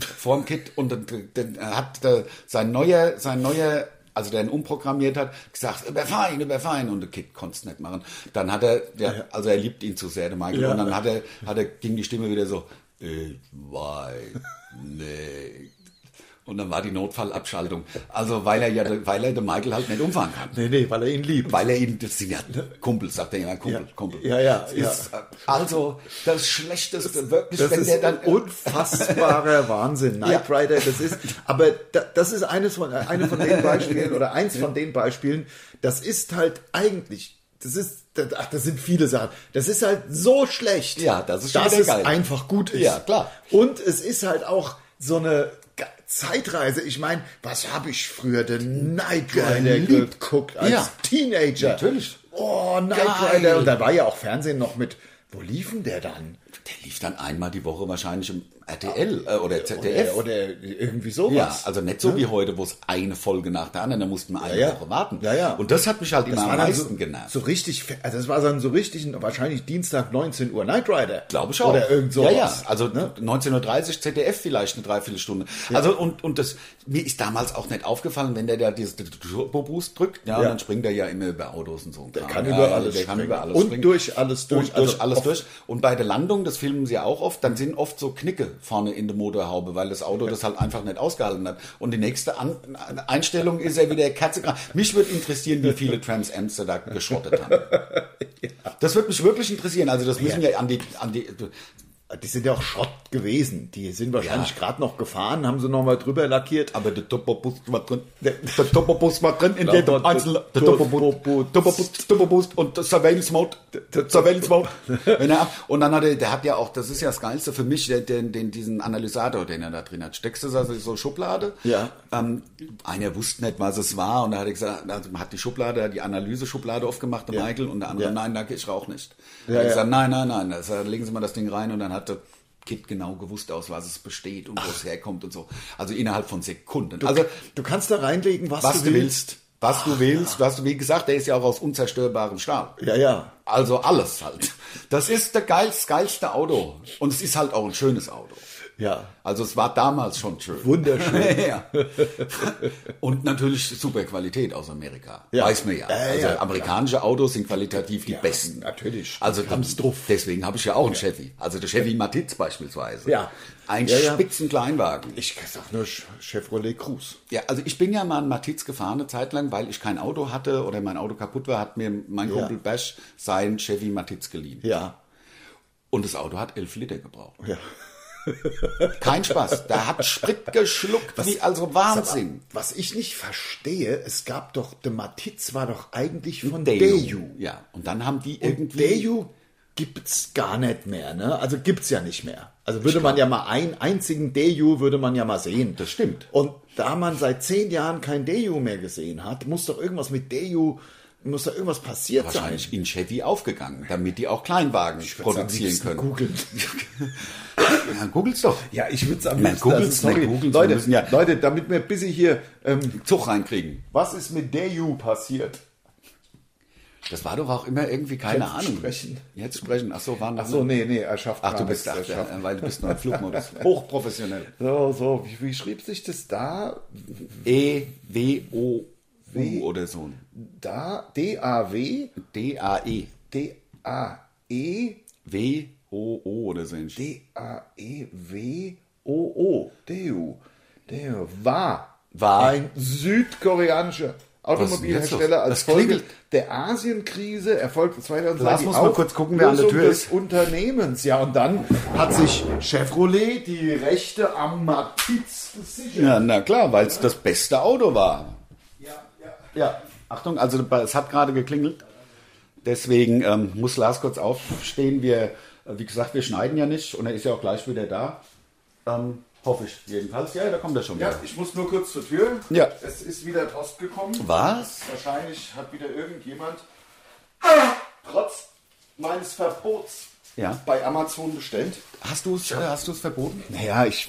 [SPEAKER 3] Vor dem Kid und dann, dann hat der, sein neuer, sein neuer, also der ihn umprogrammiert hat, gesagt, überfahr ihn, überfahr ihn. Und der Kid konnte es nicht machen. Dann hat er, der, also er liebt ihn zu sehr, der Michael.
[SPEAKER 2] Ja.
[SPEAKER 3] Und dann hat er, hat er, ging die Stimme wieder so, ich weiß nicht. Und dann war die Notfallabschaltung. Also weil er ja, weil er den Michael halt nicht umfahren kann.
[SPEAKER 2] Nee, nee, weil er ihn liebt.
[SPEAKER 3] Weil er ihn, das sind ja Kumpels, sagt er immer, Kumpel, Kumpel.
[SPEAKER 2] Ja, ja,
[SPEAKER 3] Das Ist, äh, also das Schlechteste, wirklich,
[SPEAKER 2] das
[SPEAKER 3] wenn
[SPEAKER 2] ist
[SPEAKER 3] der dann...
[SPEAKER 2] unfassbarer Wahnsinn. Knight
[SPEAKER 3] Ja.
[SPEAKER 2] Rider, das ist, aber da, das ist eines von, eine von den Beispielen oder eins von den Beispielen, das ist halt eigentlich, das ist, das- ach, das sind viele Sachen. Das ist halt so schlecht,
[SPEAKER 3] Ja, das ist schon
[SPEAKER 2] dass
[SPEAKER 3] wieder
[SPEAKER 2] es
[SPEAKER 3] geil.
[SPEAKER 2] einfach gut ist.
[SPEAKER 3] Ja, klar.
[SPEAKER 2] Und es ist halt auch so eine Ge- Zeitreise. Ich meine, was habe ich früher denn Knight Rider
[SPEAKER 3] Geliebt.
[SPEAKER 2] geguckt als
[SPEAKER 3] Ja.
[SPEAKER 2] Teenager?
[SPEAKER 3] Natürlich.
[SPEAKER 2] Oh, Knight
[SPEAKER 3] Geil.
[SPEAKER 2] Rider. Und da war ja auch Fernsehen noch mit, wo liefen der dann?
[SPEAKER 3] der lief dann einmal die Woche wahrscheinlich im RTL äh, oder ZDF.
[SPEAKER 2] Oder, oder irgendwie
[SPEAKER 3] ja,
[SPEAKER 2] sowas.
[SPEAKER 3] also nicht so wie heute, wo es eine Folge nach der anderen, da mussten wir eine
[SPEAKER 2] Ja, ja.
[SPEAKER 3] Woche warten.
[SPEAKER 2] Ja, ja.
[SPEAKER 3] Und das hat mich halt immer
[SPEAKER 2] das
[SPEAKER 3] am
[SPEAKER 2] war dann so,
[SPEAKER 3] meisten genervt.
[SPEAKER 2] so richtig, fe- also das war dann so richtig, ein- wahrscheinlich Dienstag 19 Uhr Night Rider.
[SPEAKER 3] Glaube ich auch.
[SPEAKER 2] Oder irgend sowas. ne?
[SPEAKER 3] Ja, ja. Also 19.30 ZDF vielleicht eine Dreiviertelstunde. Also und, und das, mir ist damals auch nicht aufgefallen, wenn der da dieses Turbo-Boost drückt, ja,
[SPEAKER 2] Ja.
[SPEAKER 3] dann springt er ja immer über Autos und so. Der
[SPEAKER 2] kann
[SPEAKER 3] ja,
[SPEAKER 2] über
[SPEAKER 3] ja,
[SPEAKER 2] alles
[SPEAKER 3] der kann
[SPEAKER 2] springen.
[SPEAKER 3] über alles
[SPEAKER 2] Und
[SPEAKER 3] springen.
[SPEAKER 2] durch alles durch.
[SPEAKER 3] Und durch
[SPEAKER 2] Also
[SPEAKER 3] alles
[SPEAKER 2] oft-
[SPEAKER 3] durch. Und bei der Landung, das filmen sie ja auch oft, dann sind oft so Knicke vorne in der Motorhaube, weil das Auto das halt einfach nicht ausgehalten hat. Und die nächste An An- Einstellung ist er wieder katzekrank. Mich würde interessieren, wie viele Trams Amsterdam geschrottet haben. Das würde mich wirklich interessieren. Also das müssen ja, an die, an die,
[SPEAKER 2] Die sind ja auch Schrott gewesen. Die sind wahrscheinlich
[SPEAKER 3] Ja.
[SPEAKER 2] gerade noch gefahren, haben sie nochmal drüber lackiert.
[SPEAKER 3] Aber der Turboboost war drin. Der Turboboost war drin in
[SPEAKER 2] Lauter
[SPEAKER 3] jedem einzelnen. Der
[SPEAKER 2] Turboboost.
[SPEAKER 3] Turboboost, Turboboost, Turboboost und der Surveillance Mode. Der Surveillance Mode. Wenn er ab- Und dann hat er, der hat ja auch, das ist ja das Geilste für mich, der, den, den, diesen Analysator, den er da drin hat. Steckst du das also in so eine Schublade?
[SPEAKER 2] Ja.
[SPEAKER 3] Ähm, einer wusste nicht, was es war und dann hat er gesagt, also man hat die Schublade, die Analyse-Schublade aufgemacht, der Michael, und der andere,
[SPEAKER 2] Ja.
[SPEAKER 3] nein, danke, ich rauche nicht. Ja,
[SPEAKER 2] Ja, ja.
[SPEAKER 3] ja. gesagt, nein, nein, nein. Also, legen Sie mal das Ding rein und dann hatte Kid genau gewusst, aus was es besteht und wo es herkommt und so. Also innerhalb von Sekunden. also
[SPEAKER 2] du kannst da reinlegen, was,
[SPEAKER 3] was du willst, was du willst, was du, wie gesagt, der ist ja auch aus unzerstörbarem Stahl.
[SPEAKER 2] Ja, ja.
[SPEAKER 3] Also alles halt. Das ist der geilste, geilste Auto. Und es ist halt auch ein schönes Auto.
[SPEAKER 2] Ja.
[SPEAKER 3] Also es war damals schon schön.
[SPEAKER 2] Wunderschön.
[SPEAKER 3] ja. Und natürlich super Qualität aus Amerika.
[SPEAKER 2] Ja.
[SPEAKER 3] Weiß man ja.
[SPEAKER 2] Ja, ja,
[SPEAKER 3] also
[SPEAKER 2] ja.
[SPEAKER 3] amerikanische Autos sind qualitativ die besten.
[SPEAKER 2] natürlich.
[SPEAKER 3] Also
[SPEAKER 2] Die
[SPEAKER 3] das,
[SPEAKER 2] haben's drauf.
[SPEAKER 3] deswegen habe ich ja auch einen Chevy. Also der Chevy Matiz beispielsweise.
[SPEAKER 2] Ja.
[SPEAKER 3] Ein
[SPEAKER 2] Ja, ja.
[SPEAKER 3] spitzen Kleinwagen.
[SPEAKER 2] Ich sag nur Sch- Chevrolet Cruze.
[SPEAKER 3] Ja, also ich bin ja mal in Matiz gefahren eine Zeit lang, weil ich kein Auto hatte oder mein Auto kaputt war, hat mir mein Kumpel Bash sein Chevy Matiz geliehen.
[SPEAKER 2] Ja.
[SPEAKER 3] Und das Auto hat elf Liter gebraucht. Ja. Kein Spaß. Da hat Sprit geschluckt, wie also Wahnsinn.
[SPEAKER 2] Was ich nicht verstehe, es gab doch, der Matiz war doch eigentlich von
[SPEAKER 3] Deju.
[SPEAKER 2] Deju.
[SPEAKER 3] Ja, und dann haben die
[SPEAKER 2] Und
[SPEAKER 3] irgendwie...
[SPEAKER 2] Deju gibt's gar nicht mehr, ne? Also gibt's ja nicht mehr. Also würde man ja mal einen einzigen Deju würde man ja mal sehen.
[SPEAKER 3] Das stimmt.
[SPEAKER 2] Und da man seit zehn Jahren kein Deju mehr gesehen hat, muss doch irgendwas mit Deju, muss da irgendwas passiert sein.
[SPEAKER 3] wahrscheinlich in Chevy aufgegangen, damit die auch Kleinwagen produzieren können.
[SPEAKER 2] Googeln.
[SPEAKER 3] Ja, googelt's doch.
[SPEAKER 2] Ja, ich würde es am
[SPEAKER 3] Man
[SPEAKER 2] liebsten.
[SPEAKER 3] googelt's, man googelt's, wir
[SPEAKER 2] Leute,
[SPEAKER 3] müssen ja-
[SPEAKER 2] Leute, damit wir bis hier. Ähm,
[SPEAKER 3] Zug reinkriegen.
[SPEAKER 2] was ist mit Deju passiert?
[SPEAKER 3] Das war doch auch immer irgendwie keine
[SPEAKER 2] Jetzt
[SPEAKER 3] Ahnung.
[SPEAKER 2] sprechen.
[SPEAKER 3] Jetzt sprechen. Ach so, waren
[SPEAKER 2] Ach so, nee, nee, er schafft
[SPEAKER 3] Ach,
[SPEAKER 2] gar
[SPEAKER 3] du bist
[SPEAKER 2] nichts,
[SPEAKER 3] ach,
[SPEAKER 2] er schafft
[SPEAKER 3] ja, weil du bist noch im Flugmodus. Hochprofessionell.
[SPEAKER 2] So, so, wie, wie schrieb sich das da?
[SPEAKER 3] E W O U oder so.
[SPEAKER 2] Da, D-A-W,
[SPEAKER 3] D A E
[SPEAKER 2] D-A-E,
[SPEAKER 3] W O O oder so. ähnlich.
[SPEAKER 2] E D-A-E-W-O-O, Deu. Deu war,
[SPEAKER 3] War.
[SPEAKER 2] ein südkoreanischer
[SPEAKER 3] jetzt los?
[SPEAKER 2] Automobilhersteller als
[SPEAKER 3] Das
[SPEAKER 2] Folge
[SPEAKER 3] klingelt.
[SPEAKER 2] der Asienkrise erfolgte 2002
[SPEAKER 3] Lars
[SPEAKER 2] die
[SPEAKER 3] muss mal kurz gucken, wer an der
[SPEAKER 2] Auflösung
[SPEAKER 3] Tür
[SPEAKER 2] des
[SPEAKER 3] ist.
[SPEAKER 2] Unternehmens. Ja, und dann hat sich Chevrolet die Rechte am Matiz gesichert.
[SPEAKER 3] Ja, na klar, weil es das beste Auto war.
[SPEAKER 2] Ja,
[SPEAKER 3] Achtung, also es hat gerade geklingelt. Deswegen ähm, muss Lars kurz aufstehen. Wir, äh, wie gesagt, wir schneiden ja nicht und er ist ja auch gleich wieder da. Ähm, hoffe ich jedenfalls. Ja, da kommt er schon
[SPEAKER 2] ja,
[SPEAKER 3] wieder.
[SPEAKER 2] ich muss nur kurz zur Tür.
[SPEAKER 3] Ja.
[SPEAKER 2] Es ist wieder Post gekommen.
[SPEAKER 3] Was?
[SPEAKER 2] Wahrscheinlich hat wieder irgendjemand trotz meines Verbots
[SPEAKER 3] Ja.
[SPEAKER 2] bei Amazon bestellt.
[SPEAKER 3] Hast du es äh, hast du's verboten?
[SPEAKER 2] Naja, ich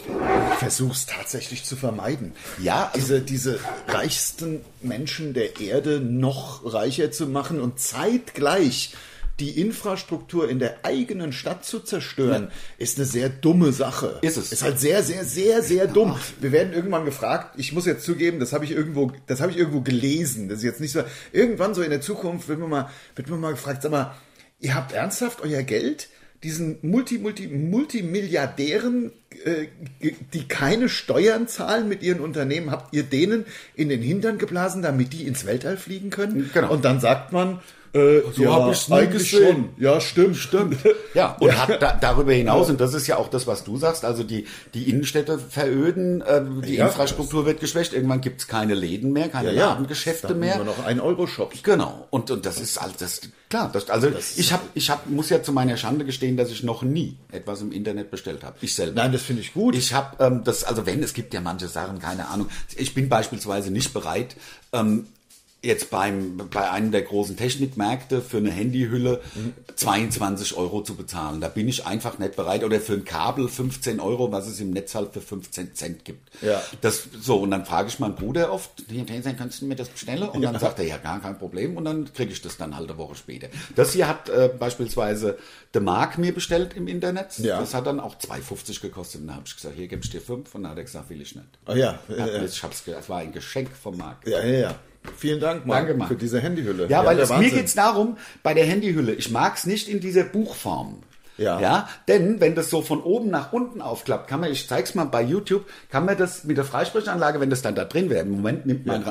[SPEAKER 2] versuche es tatsächlich zu vermeiden.
[SPEAKER 3] Ja, also-
[SPEAKER 2] diese, diese reichsten Menschen der Erde noch reicher zu machen und zeitgleich die Infrastruktur in der eigenen Stadt zu zerstören, ist eine sehr dumme Sache.
[SPEAKER 3] Ist es.
[SPEAKER 2] Ist halt sehr, sehr, sehr, sehr dumm. Wir werden irgendwann gefragt, ich muss jetzt zugeben, das habe ich irgendwo, das habe ich irgendwo gelesen. Das ist jetzt nicht so. Irgendwann so in der Zukunft wird man mal, wird man mal gefragt, sag mal, ihr habt ernsthaft euer Geld? Diesen Multi, Multi, Multimilliardären, äh, ge- die keine Steuern zahlen mit ihren Unternehmen, habt ihr denen in den Hintern geblasen, damit die ins Weltall fliegen können?
[SPEAKER 3] Genau.
[SPEAKER 2] Und dann sagt man, äh,
[SPEAKER 3] So hab ich's nie
[SPEAKER 2] eigentlich
[SPEAKER 3] gesehen.
[SPEAKER 2] schon. Ja, stimmt, stimmt.
[SPEAKER 3] Ja, und Hat da, darüber hinaus, und das ist ja auch das, was du sagst, also die, die Innenstädte veröden, äh, die
[SPEAKER 2] Ja.
[SPEAKER 3] Infrastruktur wird geschwächt, irgendwann gibt's keine Läden mehr, keine Ladengeschäfte
[SPEAKER 2] Dann
[SPEAKER 3] mehr.
[SPEAKER 2] Nur noch ein Euro-Shop.
[SPEAKER 3] Genau, und, und das ist alles, das, klar, das, also ich hab, ich hab, muss ja zu meiner Schande gestehen, dass ich noch nie etwas im Internet bestellt habe. Ich selber.
[SPEAKER 2] Nein, das finde ich gut.
[SPEAKER 3] Ich habe ähm, das, also wenn, es gibt ja manche Sachen, keine Ahnung. Ich bin beispielsweise nicht bereit, ähm, jetzt beim, bei einem der großen Technikmärkte für eine Handyhülle
[SPEAKER 2] Mhm.
[SPEAKER 3] 22 Euro zu bezahlen. Da bin ich einfach nicht bereit. Oder für ein Kabel 15 Euro, was es im Netz halt für 15 Cent gibt.
[SPEAKER 2] Ja.
[SPEAKER 3] Das, so, und dann frage ich meinen Bruder oft, "Hier, Tänzer, kannst du mir das bestellen? Und dann sagt er, ja, gar kein Problem. Und dann kriege ich das dann halt eine Woche später. Das hier hat äh, beispielsweise The Mark mir bestellt im Internet.
[SPEAKER 2] Ja.
[SPEAKER 3] Das hat dann auch 2,50 gekostet. Und dann habe ich gesagt, hier gebe ich dir 5. Und dann hat er gesagt, will ich nicht.
[SPEAKER 2] Ah ja,
[SPEAKER 3] Hat
[SPEAKER 2] ja,
[SPEAKER 3] mir-
[SPEAKER 2] ja.
[SPEAKER 3] Ich hab's, ge- das war ein Geschenk vom Mark.
[SPEAKER 2] Ja, ja, ja. Vielen Dank, Marc,
[SPEAKER 3] Danke, Marc.
[SPEAKER 2] für diese Handyhülle.
[SPEAKER 3] Ja, weil
[SPEAKER 2] der
[SPEAKER 3] es, mir
[SPEAKER 2] Wahnsinn.
[SPEAKER 3] geht's darum, bei der Handyhülle, ich mag's nicht in dieser Buchform.
[SPEAKER 2] Ja.
[SPEAKER 3] ja. Denn wenn das so von oben nach unten aufklappt, kann man, ich zeig's mal bei YouTube, kann man das mit der Freisprechanlage, wenn das dann da drin wäre, im Moment nimmt mein, äh,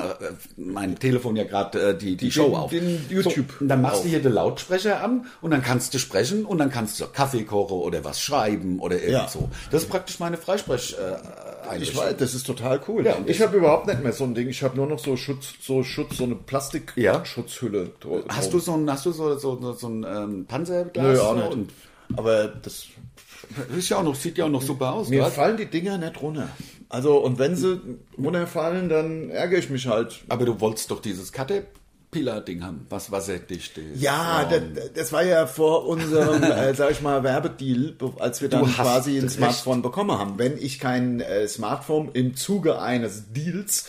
[SPEAKER 3] mein Telefon ja gerade äh, die, die Show auf.
[SPEAKER 2] den YouTube
[SPEAKER 3] So, und dann machst
[SPEAKER 2] auf.
[SPEAKER 3] du hier den Lautsprecher an und dann kannst du sprechen und dann kannst du Kaffee kochen oder was schreiben oder irgend
[SPEAKER 2] Ja.
[SPEAKER 3] so. Das ist praktisch meine Freisprech äh,
[SPEAKER 2] Ich weiß, das ist total cool.
[SPEAKER 3] Ja, und
[SPEAKER 2] ich habe überhaupt nicht mehr so ein Ding. Ich habe nur noch so Schutz, so Schutz, so eine
[SPEAKER 3] Ja.
[SPEAKER 2] Plastikschutzhülle. dr-
[SPEAKER 3] Hast du
[SPEAKER 2] drum.
[SPEAKER 3] so ein, hast du so, so, so, so ein ähm, Panzerglas?
[SPEAKER 2] Nö,
[SPEAKER 3] so
[SPEAKER 2] auch
[SPEAKER 3] Und
[SPEAKER 2] nicht. Aber das,
[SPEAKER 3] Ist ja auch noch, sieht ja auch noch super aus,
[SPEAKER 2] mir
[SPEAKER 3] was?
[SPEAKER 2] fallen die Dinger nicht runter. Also, und wenn sie runterfallen, dann ärgere ich mich halt.
[SPEAKER 3] Aber du wolltest doch dieses Caterpillar-Ding haben, was wasserdicht ist. ähm,
[SPEAKER 2] Ja,
[SPEAKER 3] Und-
[SPEAKER 2] das, das war ja vor unserem, äh, sag ich mal, Werbedeal, be- als wir dann
[SPEAKER 3] hast
[SPEAKER 2] quasi ein
[SPEAKER 3] recht.
[SPEAKER 2] Smartphone bekommen haben. Wenn ich kein äh, Smartphone im Zuge eines Deals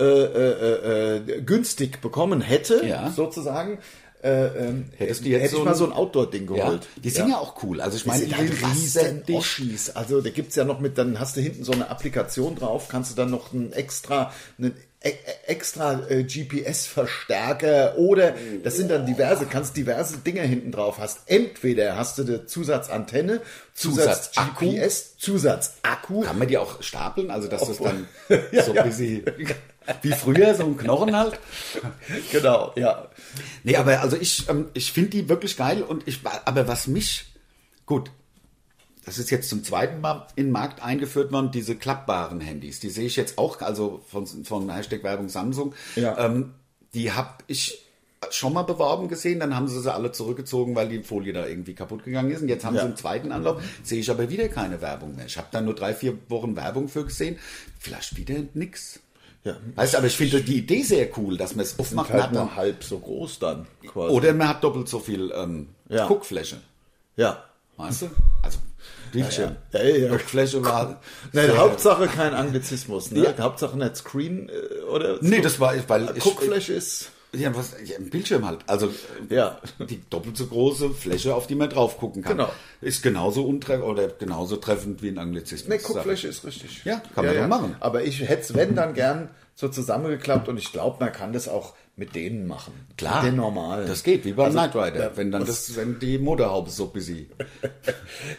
[SPEAKER 2] äh, äh, äh, günstig bekommen hätte,
[SPEAKER 3] Ja.
[SPEAKER 2] sozusagen, äh, ähm,
[SPEAKER 3] Hättest du
[SPEAKER 2] hätte
[SPEAKER 3] jetzt
[SPEAKER 2] ich
[SPEAKER 3] so
[SPEAKER 2] mal
[SPEAKER 3] ein-
[SPEAKER 2] so ein Outdoor-Ding
[SPEAKER 3] ja.
[SPEAKER 2] geholt.
[SPEAKER 3] Die sind ja. auch cool. Also ich
[SPEAKER 2] Das
[SPEAKER 3] meine,
[SPEAKER 2] sind halt riesen
[SPEAKER 3] wasserdicht-
[SPEAKER 2] Oschis. Also da gibt's ja noch mit, dann hast du hinten so eine Applikation drauf, kannst du dann noch einen extra, einen e- e- extra äh, GPS-Verstärker oder das sind dann diverse, kannst diverse Dinge hinten drauf hast. Entweder hast du eine Zusatzantenne,
[SPEAKER 3] Zusatzakku.
[SPEAKER 2] Zusatz-GPS, Zusatzakku.
[SPEAKER 3] Kann man die auch stapeln? Also dass das dann so ein bisschen wie früher, so ein Knochen halt.
[SPEAKER 2] Genau, ja.
[SPEAKER 3] Nee, aber also ich, ähm, ich finde die wirklich geil und ich, aber was mich Gut. Das ist jetzt zum zweiten Mal in den Markt eingeführt worden, diese klappbaren Handys. Die sehe ich jetzt auch, also von, von Hashtag Werbung Samsung.
[SPEAKER 2] Ja.
[SPEAKER 3] Ähm, die habe ich schon mal beworben gesehen, dann haben sie sie alle zurückgezogen, weil die Folie da irgendwie kaputt gegangen ist. Und jetzt haben
[SPEAKER 2] Ja.
[SPEAKER 3] sie einen zweiten Anlauf, sehe ich aber wieder keine Werbung mehr. Ich habe da nur drei, vier Wochen Werbung für gesehen. Vielleicht wieder nix.
[SPEAKER 2] Ja.
[SPEAKER 3] Weißt du, aber ich finde die Idee sehr cool, dass man es oft macht.
[SPEAKER 2] Halt
[SPEAKER 3] man hat
[SPEAKER 2] nur
[SPEAKER 3] dann-
[SPEAKER 2] halb so groß dann quasi.
[SPEAKER 3] Oder man hat doppelt so viel ähm,
[SPEAKER 2] Also- Ja.
[SPEAKER 3] Guckfläche.
[SPEAKER 2] Ja.
[SPEAKER 3] Weißt du? Also Bildschirm.
[SPEAKER 2] Ja, ja.
[SPEAKER 3] Guckfläche war.
[SPEAKER 2] Nein,
[SPEAKER 3] sehr-
[SPEAKER 2] Hauptsache kein Anglizismus, ne?
[SPEAKER 3] Ja.
[SPEAKER 2] Hauptsache nicht Screen äh, oder
[SPEAKER 3] Nee, das war, weil
[SPEAKER 2] Guckfläche ist.
[SPEAKER 3] Ja, was, ja, ein Bildschirm halt. Also äh,
[SPEAKER 2] Ja.
[SPEAKER 3] die doppelt so große Fläche, auf die man drauf gucken kann.
[SPEAKER 2] Genau.
[SPEAKER 3] Ist genauso untreffend oder genauso treffend wie ein Anglizismus.
[SPEAKER 2] Nee, Guckfläche ist richtig.
[SPEAKER 3] Ja, kann man doch machen.
[SPEAKER 2] Aber ich hätte es, wenn, dann gern so zusammengeklappt und ich glaube, man kann das auch mit denen machen.
[SPEAKER 3] Klar.
[SPEAKER 2] Mit den normalen. Also,
[SPEAKER 3] Das geht, wie bei Knight Rider.
[SPEAKER 2] ja,
[SPEAKER 3] wenn dann das, wenn die Motorhaube so busy.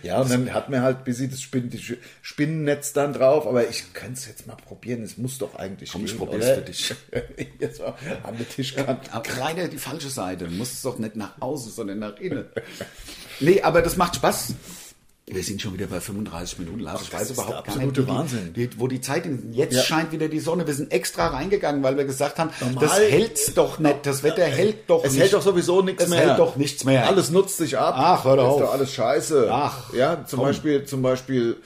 [SPEAKER 2] Ja, und dann hat man halt bis sie das Spinn, die Sch- Spinnennetz dann drauf, aber ich könnte es jetzt mal probieren, es muss doch eigentlich
[SPEAKER 3] Komm, ich probier's
[SPEAKER 2] oder?
[SPEAKER 3] für dich.
[SPEAKER 2] jetzt mal an der Tischkante.
[SPEAKER 3] Aber Leider die falsche Seite. Du musst es doch nicht nach außen, sondern nach innen. Nee, aber das macht Spaß. Wir sind schon wieder bei 35 Minuten, Lars. Ich
[SPEAKER 2] das
[SPEAKER 3] weiß
[SPEAKER 2] ist der
[SPEAKER 3] überhaupt gar nicht, wo
[SPEAKER 2] absolute
[SPEAKER 3] die-
[SPEAKER 2] Wahnsinn.
[SPEAKER 3] Die, wo die Zeit hin. Jetzt
[SPEAKER 2] Ja.
[SPEAKER 3] scheint wieder die Sonne. Wir sind extra reingegangen, weil wir gesagt haben,
[SPEAKER 2] Normal-
[SPEAKER 3] das hält's doch nicht. Das Wetter hält doch
[SPEAKER 2] Es
[SPEAKER 3] nicht.
[SPEAKER 2] hält doch sowieso nichts
[SPEAKER 3] es
[SPEAKER 2] mehr.
[SPEAKER 3] hält doch nichts mehr.
[SPEAKER 2] Alles nutzt sich ab.
[SPEAKER 3] Ach, hör doch
[SPEAKER 2] ist
[SPEAKER 3] auf.
[SPEAKER 2] doch alles scheiße.
[SPEAKER 3] Ach,
[SPEAKER 2] ja, zum Beispiel, zum Beispiel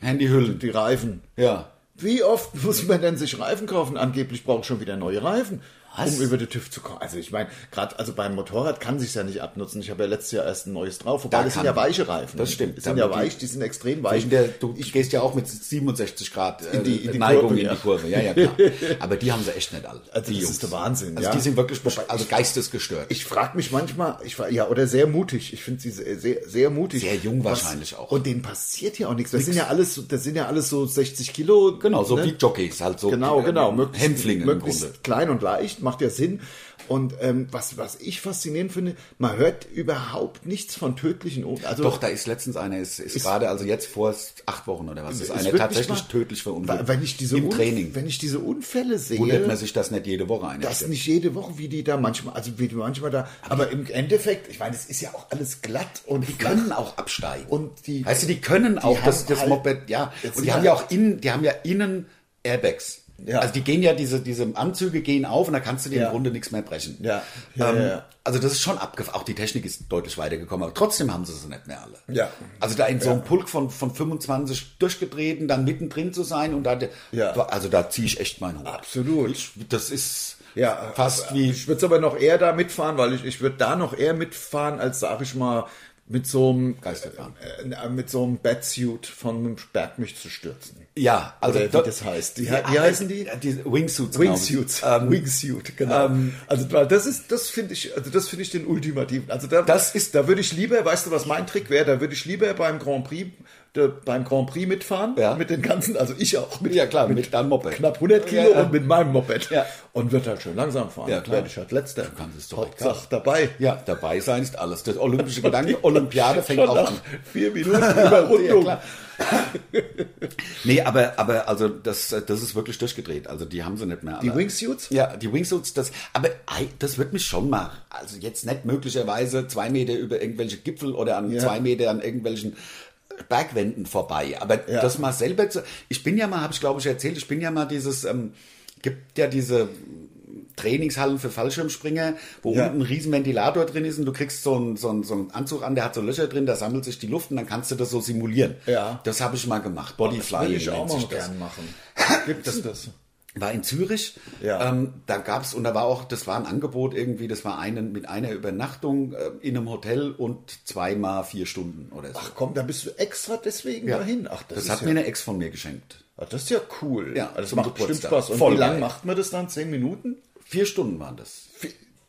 [SPEAKER 3] Handyhüllen.
[SPEAKER 2] die Reifen.
[SPEAKER 3] Ja.
[SPEAKER 2] Wie oft muss man denn sich Reifen kaufen? Angeblich brauche ich schon wieder neue Reifen,
[SPEAKER 3] Was?
[SPEAKER 2] um über die TÜV zu kommen. Also ich meine, gerade also beim Motorrad kann sich's ja nicht abnutzen. Ich habe ja letztes Jahr erst ein neues drauf, wobei
[SPEAKER 3] Da
[SPEAKER 2] das sind
[SPEAKER 3] kann-
[SPEAKER 2] ja weiche Reifen.
[SPEAKER 3] Das stimmt.
[SPEAKER 2] Die sind ja
[SPEAKER 3] Damit die-
[SPEAKER 2] weich, die sind extrem weich.
[SPEAKER 3] Wegen der, du gehst ja auch mit 67 Grad äh,
[SPEAKER 2] In die- in die
[SPEAKER 3] Neigung
[SPEAKER 2] Kurve,
[SPEAKER 3] in
[SPEAKER 2] ja.
[SPEAKER 3] die Kurve. Ja, ja, klar. Aber die haben sie echt nicht alle.
[SPEAKER 2] Also
[SPEAKER 3] die
[SPEAKER 2] das ist der Wahnsinn,
[SPEAKER 3] Also
[SPEAKER 2] ja.
[SPEAKER 3] die sind wirklich also geistesgestört.
[SPEAKER 2] ich frage mich manchmal, ich war ja oder sehr mutig. Ich finde sie sehr, sehr, sehr mutig.
[SPEAKER 3] Sehr jung wahrscheinlich auch.
[SPEAKER 2] Und denen passiert ja auch nichts. Das sind ja alles, so- das sind ja alles so 60 Kilo.
[SPEAKER 3] Genau, so
[SPEAKER 2] ne?
[SPEAKER 3] wie Jockeys halt so.
[SPEAKER 2] Genau,
[SPEAKER 3] äh,
[SPEAKER 2] genau. Möglichst,
[SPEAKER 3] Hämpflinge
[SPEAKER 2] möglichst
[SPEAKER 3] im Grunde.
[SPEAKER 2] klein und leicht, macht ja Sinn. Und ähm, was, was ich faszinierend finde, man hört überhaupt nichts von tödlichen Unfällen. Also,
[SPEAKER 3] Doch, da ist letztens einer, ist, ist, gerade, also jetzt vor acht Wochen oder was, ist,
[SPEAKER 2] ist
[SPEAKER 3] einer
[SPEAKER 2] wirklich
[SPEAKER 3] tatsächlich
[SPEAKER 2] mal-
[SPEAKER 3] tödlich verunglückt.
[SPEAKER 2] Weil- Wenn ich diese,
[SPEAKER 3] Im
[SPEAKER 2] Un-
[SPEAKER 3] Training.
[SPEAKER 2] Wenn ich diese Unfälle
[SPEAKER 3] Wundert man
[SPEAKER 2] sehe,
[SPEAKER 3] sich das nicht jede Woche einer.
[SPEAKER 2] dass nicht jede Woche, wie die da manchmal, also wie die manchmal da, aber im Endeffekt, ich meine, es ist ja auch alles glatt und
[SPEAKER 3] Die können auch absteigen.
[SPEAKER 2] Und die-
[SPEAKER 3] weißt du, die können auch
[SPEAKER 2] haben
[SPEAKER 3] das, das
[SPEAKER 2] halt-
[SPEAKER 3] Moped, ja. Und
[SPEAKER 2] Jetzt sind
[SPEAKER 3] die haben
[SPEAKER 2] ja-
[SPEAKER 3] ja auch innen, die haben ja innen Airbags.
[SPEAKER 2] Ja.
[SPEAKER 3] Also die gehen ja, diese, diese Anzüge gehen auf und da kannst du dir
[SPEAKER 2] Ja.
[SPEAKER 3] im Grunde nichts mehr brechen.
[SPEAKER 2] Ja. Ja,
[SPEAKER 3] ähm,
[SPEAKER 2] ja, ja.
[SPEAKER 3] Also das ist schon abgefahren. Auch die Technik ist deutlich weitergekommen, aber trotzdem haben sie sie nicht mehr alle.
[SPEAKER 2] Ja.
[SPEAKER 3] Also da in so einem Pulk von, von 25 durchgetreten, dann mittendrin zu sein und da,
[SPEAKER 2] Ja.
[SPEAKER 3] also da ziehe ich echt meinen Hut.
[SPEAKER 2] Absolut.
[SPEAKER 3] Ich, das ist
[SPEAKER 2] Ja,
[SPEAKER 3] fast
[SPEAKER 2] äh,
[SPEAKER 3] wie
[SPEAKER 2] Ich würde aber noch eher da mitfahren, weil ich, ich würde da noch eher mitfahren, als sag ich mal, mit so einem
[SPEAKER 3] Geisterfahren.
[SPEAKER 2] äh, mit so einem Batsuit von einem Berg mich zu stürzen.
[SPEAKER 3] Ja, also
[SPEAKER 2] Oder wie
[SPEAKER 3] dort-
[SPEAKER 2] das heißt. Wie he- wie heißen die?
[SPEAKER 3] Die Wingsuits.
[SPEAKER 2] Wingsuits,
[SPEAKER 3] glaub ich. Ähm,
[SPEAKER 2] Wingsuit, genau. also weil das ist, das finde ich, also das finde ich den ultimativen. Also da,
[SPEAKER 3] Das ist-
[SPEAKER 2] da würde ich lieber, weißt du, was mein Trick wäre? Da würde ich lieber beim Grand Prix, da, beim Grand Prix mitfahren,
[SPEAKER 3] Ja.
[SPEAKER 2] mit den ganzen, also ich auch mit,
[SPEAKER 3] ja klar, mit, deinem Moped.
[SPEAKER 2] knapp 100 Kilo
[SPEAKER 3] Ja, ja.
[SPEAKER 2] und mit meinem Moped
[SPEAKER 3] Ja.
[SPEAKER 2] und wird halt schön langsam fahren.
[SPEAKER 3] Ja, klar.
[SPEAKER 2] Werde ich halt letzter. Du
[SPEAKER 3] kannst es doch
[SPEAKER 2] Hauptsache dabei.
[SPEAKER 3] Ja, dabei sein ist alles. Das olympische Gedanke, Olympiade fängt
[SPEAKER 2] Schon
[SPEAKER 3] auch
[SPEAKER 2] nach
[SPEAKER 3] an.
[SPEAKER 2] Vier Minuten Überrundung.
[SPEAKER 3] Ja, klar. Nee, aber, aber also das, das ist wirklich durchgedreht. Also die haben sie nicht mehr.
[SPEAKER 2] Die
[SPEAKER 3] alle.
[SPEAKER 2] Wingsuits?
[SPEAKER 3] Ja, die Wingsuits, das, aber ei, das wird mich schon mal, also jetzt nicht möglicherweise zwei Meter über irgendwelche Gipfel oder an
[SPEAKER 2] Ja.
[SPEAKER 3] zwei Meter an irgendwelchen Bergwänden vorbei. Aber
[SPEAKER 2] Ja.
[SPEAKER 3] das mal selber zu, ich bin ja mal, habe ich glaube ich erzählt, ich bin ja mal dieses, ähm, gibt ja diese Trainingshallen für Fallschirmspringer, wo
[SPEAKER 2] Ja.
[SPEAKER 3] unten ein riesen Ventilator drin ist und du kriegst so einen, so, einen, so einen Anzug an, der hat so Löcher drin, da sammelt sich die Luft und dann kannst du das so simulieren.
[SPEAKER 2] Ja.
[SPEAKER 3] Das habe ich mal gemacht. Bodyfly
[SPEAKER 2] Will ich auch
[SPEAKER 3] nennt
[SPEAKER 2] mal
[SPEAKER 3] sich das
[SPEAKER 2] gern machen. Gibt es das?
[SPEAKER 3] war in Zürich.
[SPEAKER 2] Ja.
[SPEAKER 3] Ähm, da gab's und da war auch, das war ein Angebot irgendwie, das war einen mit einer Übernachtung äh, in einem Hotel und zweimal vier Stunden oder so.
[SPEAKER 2] Ach komm, da bist du extra deswegen dahin. Ach,
[SPEAKER 3] das,
[SPEAKER 2] das, ist
[SPEAKER 3] hat
[SPEAKER 2] ja
[SPEAKER 3] mir eine Ex von mir geschenkt.
[SPEAKER 2] Ah, Das ist ja cool.
[SPEAKER 3] Ja,
[SPEAKER 2] das
[SPEAKER 3] zum
[SPEAKER 2] macht
[SPEAKER 3] Geburtstag.
[SPEAKER 2] bestimmt Spaß. Und
[SPEAKER 3] Voll
[SPEAKER 2] wie lange
[SPEAKER 3] geil.
[SPEAKER 2] macht man das dann? Zehn Minuten?
[SPEAKER 3] Vier Stunden waren das.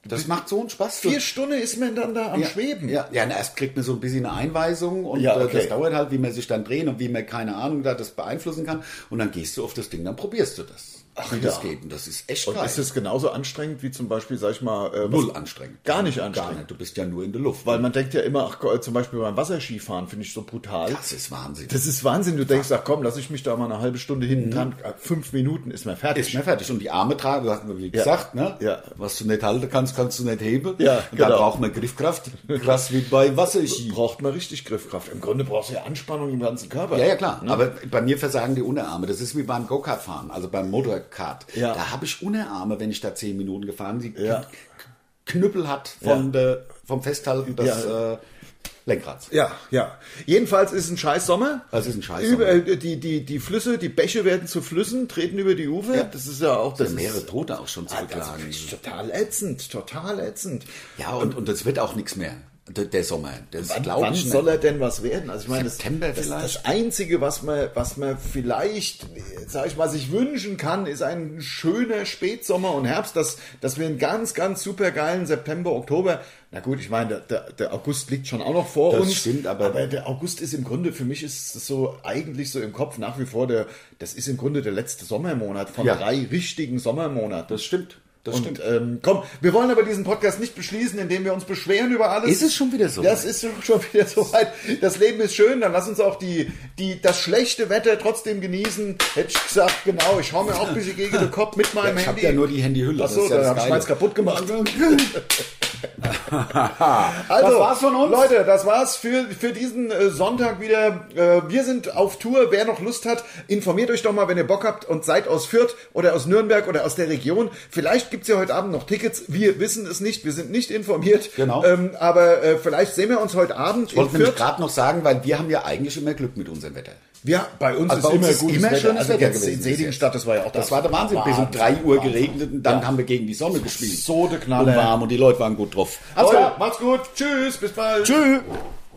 [SPEAKER 3] Das macht so einen Spaß.
[SPEAKER 2] Vier Stunden ist man dann da am
[SPEAKER 3] ja,
[SPEAKER 2] Schweben.
[SPEAKER 3] Ja, ja und erst kriegt man so ein bisschen eine Einweisung und
[SPEAKER 2] Ja,
[SPEAKER 3] äh,
[SPEAKER 2] okay.
[SPEAKER 3] das dauert halt, wie man sich dann drehen und wie man keine Ahnung da das beeinflussen kann. Und dann gehst du auf das Ding, dann probierst du das. Ach, wie das geht. Und das ist echt
[SPEAKER 2] Und
[SPEAKER 3] geil.
[SPEAKER 2] ist es genauso anstrengend wie zum Beispiel, sag ich mal, äh, was-
[SPEAKER 3] Null anstrengend.
[SPEAKER 2] Gar nicht anstrengend.
[SPEAKER 3] Du bist ja nur in der Luft.
[SPEAKER 2] Weil man denkt ja immer, ach, äh, zum Beispiel beim Wasserskifahren finde ich so brutal.
[SPEAKER 3] das ist Wahnsinn.
[SPEAKER 2] Das ist Wahnsinn. Du denkst, ach komm, lass ich mich da mal eine halbe Stunde hinten dran. Äh, Fünf Minuten ist man fertig.
[SPEAKER 3] ist mir fertig. Und die Arme tragen, das hatten wir wie gesagt, ne?
[SPEAKER 2] Ja.
[SPEAKER 3] Was du nicht halten kannst, kannst du nicht heben.
[SPEAKER 2] Ja,
[SPEAKER 3] Und da
[SPEAKER 2] genau.
[SPEAKER 3] braucht man Griffkraft. Krass wie bei Wasserski.
[SPEAKER 2] braucht man richtig Griffkraft. Im Grunde brauchst du ja Anspannung im ganzen Körper.
[SPEAKER 3] Ja, ja, klar.
[SPEAKER 2] Mhm.
[SPEAKER 3] Aber bei mir versagen die Unterarme. Das ist wie beim Go-Kart-Fahren, also beim Motorkart.
[SPEAKER 2] Ja.
[SPEAKER 3] Da habe ich Unterarme, wenn ich da zehn Minuten gefahren bin, die
[SPEAKER 2] Ja.
[SPEAKER 3] K- Knüppel hat von
[SPEAKER 2] Ja.
[SPEAKER 3] der, vom Festhalten des
[SPEAKER 2] Ja.
[SPEAKER 3] äh, Lenkrads.
[SPEAKER 2] Ja, ja. Jedenfalls ist ein scheiß Sommer.
[SPEAKER 3] Das ist ein scheiß
[SPEAKER 2] Über, äh,
[SPEAKER 3] Sommer.
[SPEAKER 2] die, die, die Flüsse, die Bäche werden zu Flüssen, treten über die Ufer. Das ist ja auch das.
[SPEAKER 3] Ja, mehrere
[SPEAKER 2] ist,
[SPEAKER 3] Tote auch schon zu
[SPEAKER 2] also,
[SPEAKER 3] beklagen.
[SPEAKER 2] finde ich total ätzend, total ätzend.
[SPEAKER 3] Ja, und, und das wird auch nichts mehr, der, der Sommer. Das
[SPEAKER 2] Wann,
[SPEAKER 3] glaube
[SPEAKER 2] wann
[SPEAKER 3] ich nicht.
[SPEAKER 2] soll er denn was werden? Also ich meine,
[SPEAKER 3] September
[SPEAKER 2] das, das,
[SPEAKER 3] vielleicht?
[SPEAKER 2] das Einzige, was man, was man vielleicht, äh, sag ich mal, sich wünschen kann, ist ein schöner Spätsommer und Herbst, dass, dass wir einen ganz, ganz super geilen September, Oktober. Na gut, ich meine, der, der, der August liegt schon auch noch vor
[SPEAKER 3] Das
[SPEAKER 2] uns.
[SPEAKER 3] stimmt, aber-
[SPEAKER 2] der August ist im Grunde, für mich ist es so eigentlich so im Kopf nach wie vor der, das ist im Grunde der letzte Sommermonat von
[SPEAKER 3] Ja.
[SPEAKER 2] drei richtigen Sommermonaten.
[SPEAKER 3] das stimmt. Das
[SPEAKER 2] und
[SPEAKER 3] stimmt.
[SPEAKER 2] ähm, komm, wir wollen aber diesen Podcast nicht beschließen, indem wir uns beschweren über alles.
[SPEAKER 3] Ist es schon wieder so?
[SPEAKER 2] Das ist schon wieder soweit. Das Leben ist schön, dann lass uns auch die, die, das schlechte Wetter trotzdem genießen. Hätte ich gesagt, genau, ich hau mir auch ein bisschen gegen den Kopf mit meinem
[SPEAKER 3] ich habe
[SPEAKER 2] Handy.
[SPEAKER 3] ja nur die Handyhülle.
[SPEAKER 2] Achso,
[SPEAKER 3] das ist ja
[SPEAKER 2] da
[SPEAKER 3] das
[SPEAKER 2] hab ich
[SPEAKER 3] Geile.
[SPEAKER 2] meins kaputt gemacht.
[SPEAKER 3] Also,
[SPEAKER 2] Also,
[SPEAKER 3] das war's von uns.
[SPEAKER 2] Leute, das war's für, für diesen äh, Sonntag wieder. Äh, wir sind auf Tour. Wer noch Lust hat, informiert euch doch mal, wenn ihr Bock habt und seid aus Fürth oder aus Nürnberg oder aus der Region. Vielleicht gibt's ja heute Abend noch Tickets. Wir wissen es nicht. Wir sind nicht informiert.
[SPEAKER 3] Genau.
[SPEAKER 2] Ähm, aber äh, vielleicht sehen wir uns heute Abend
[SPEAKER 3] Ich wollte nämlich gerade noch sagen, weil wir haben ja eigentlich immer Glück mit unserem Wetter.
[SPEAKER 2] Ja, bei uns
[SPEAKER 3] Also bei
[SPEAKER 2] ist
[SPEAKER 3] uns
[SPEAKER 2] immer
[SPEAKER 3] ist
[SPEAKER 2] gutes
[SPEAKER 3] immer
[SPEAKER 2] Wetter.
[SPEAKER 3] schönes
[SPEAKER 2] also
[SPEAKER 3] Wetter
[SPEAKER 2] jetzt
[SPEAKER 3] gewesen
[SPEAKER 2] in
[SPEAKER 3] bis jetzt.
[SPEAKER 2] Sedigenstadt, das war ja auch
[SPEAKER 3] Das war der Wahnsinn. Bis um 3 Uhr geregnet und dann haben wir gegen die Sonne gespielt.
[SPEAKER 2] So der Knaller.
[SPEAKER 3] Und warm und die Leute waren gut drauf.
[SPEAKER 2] Alles klar, macht's gut. Tschüss, bis bald.
[SPEAKER 3] Tschüss.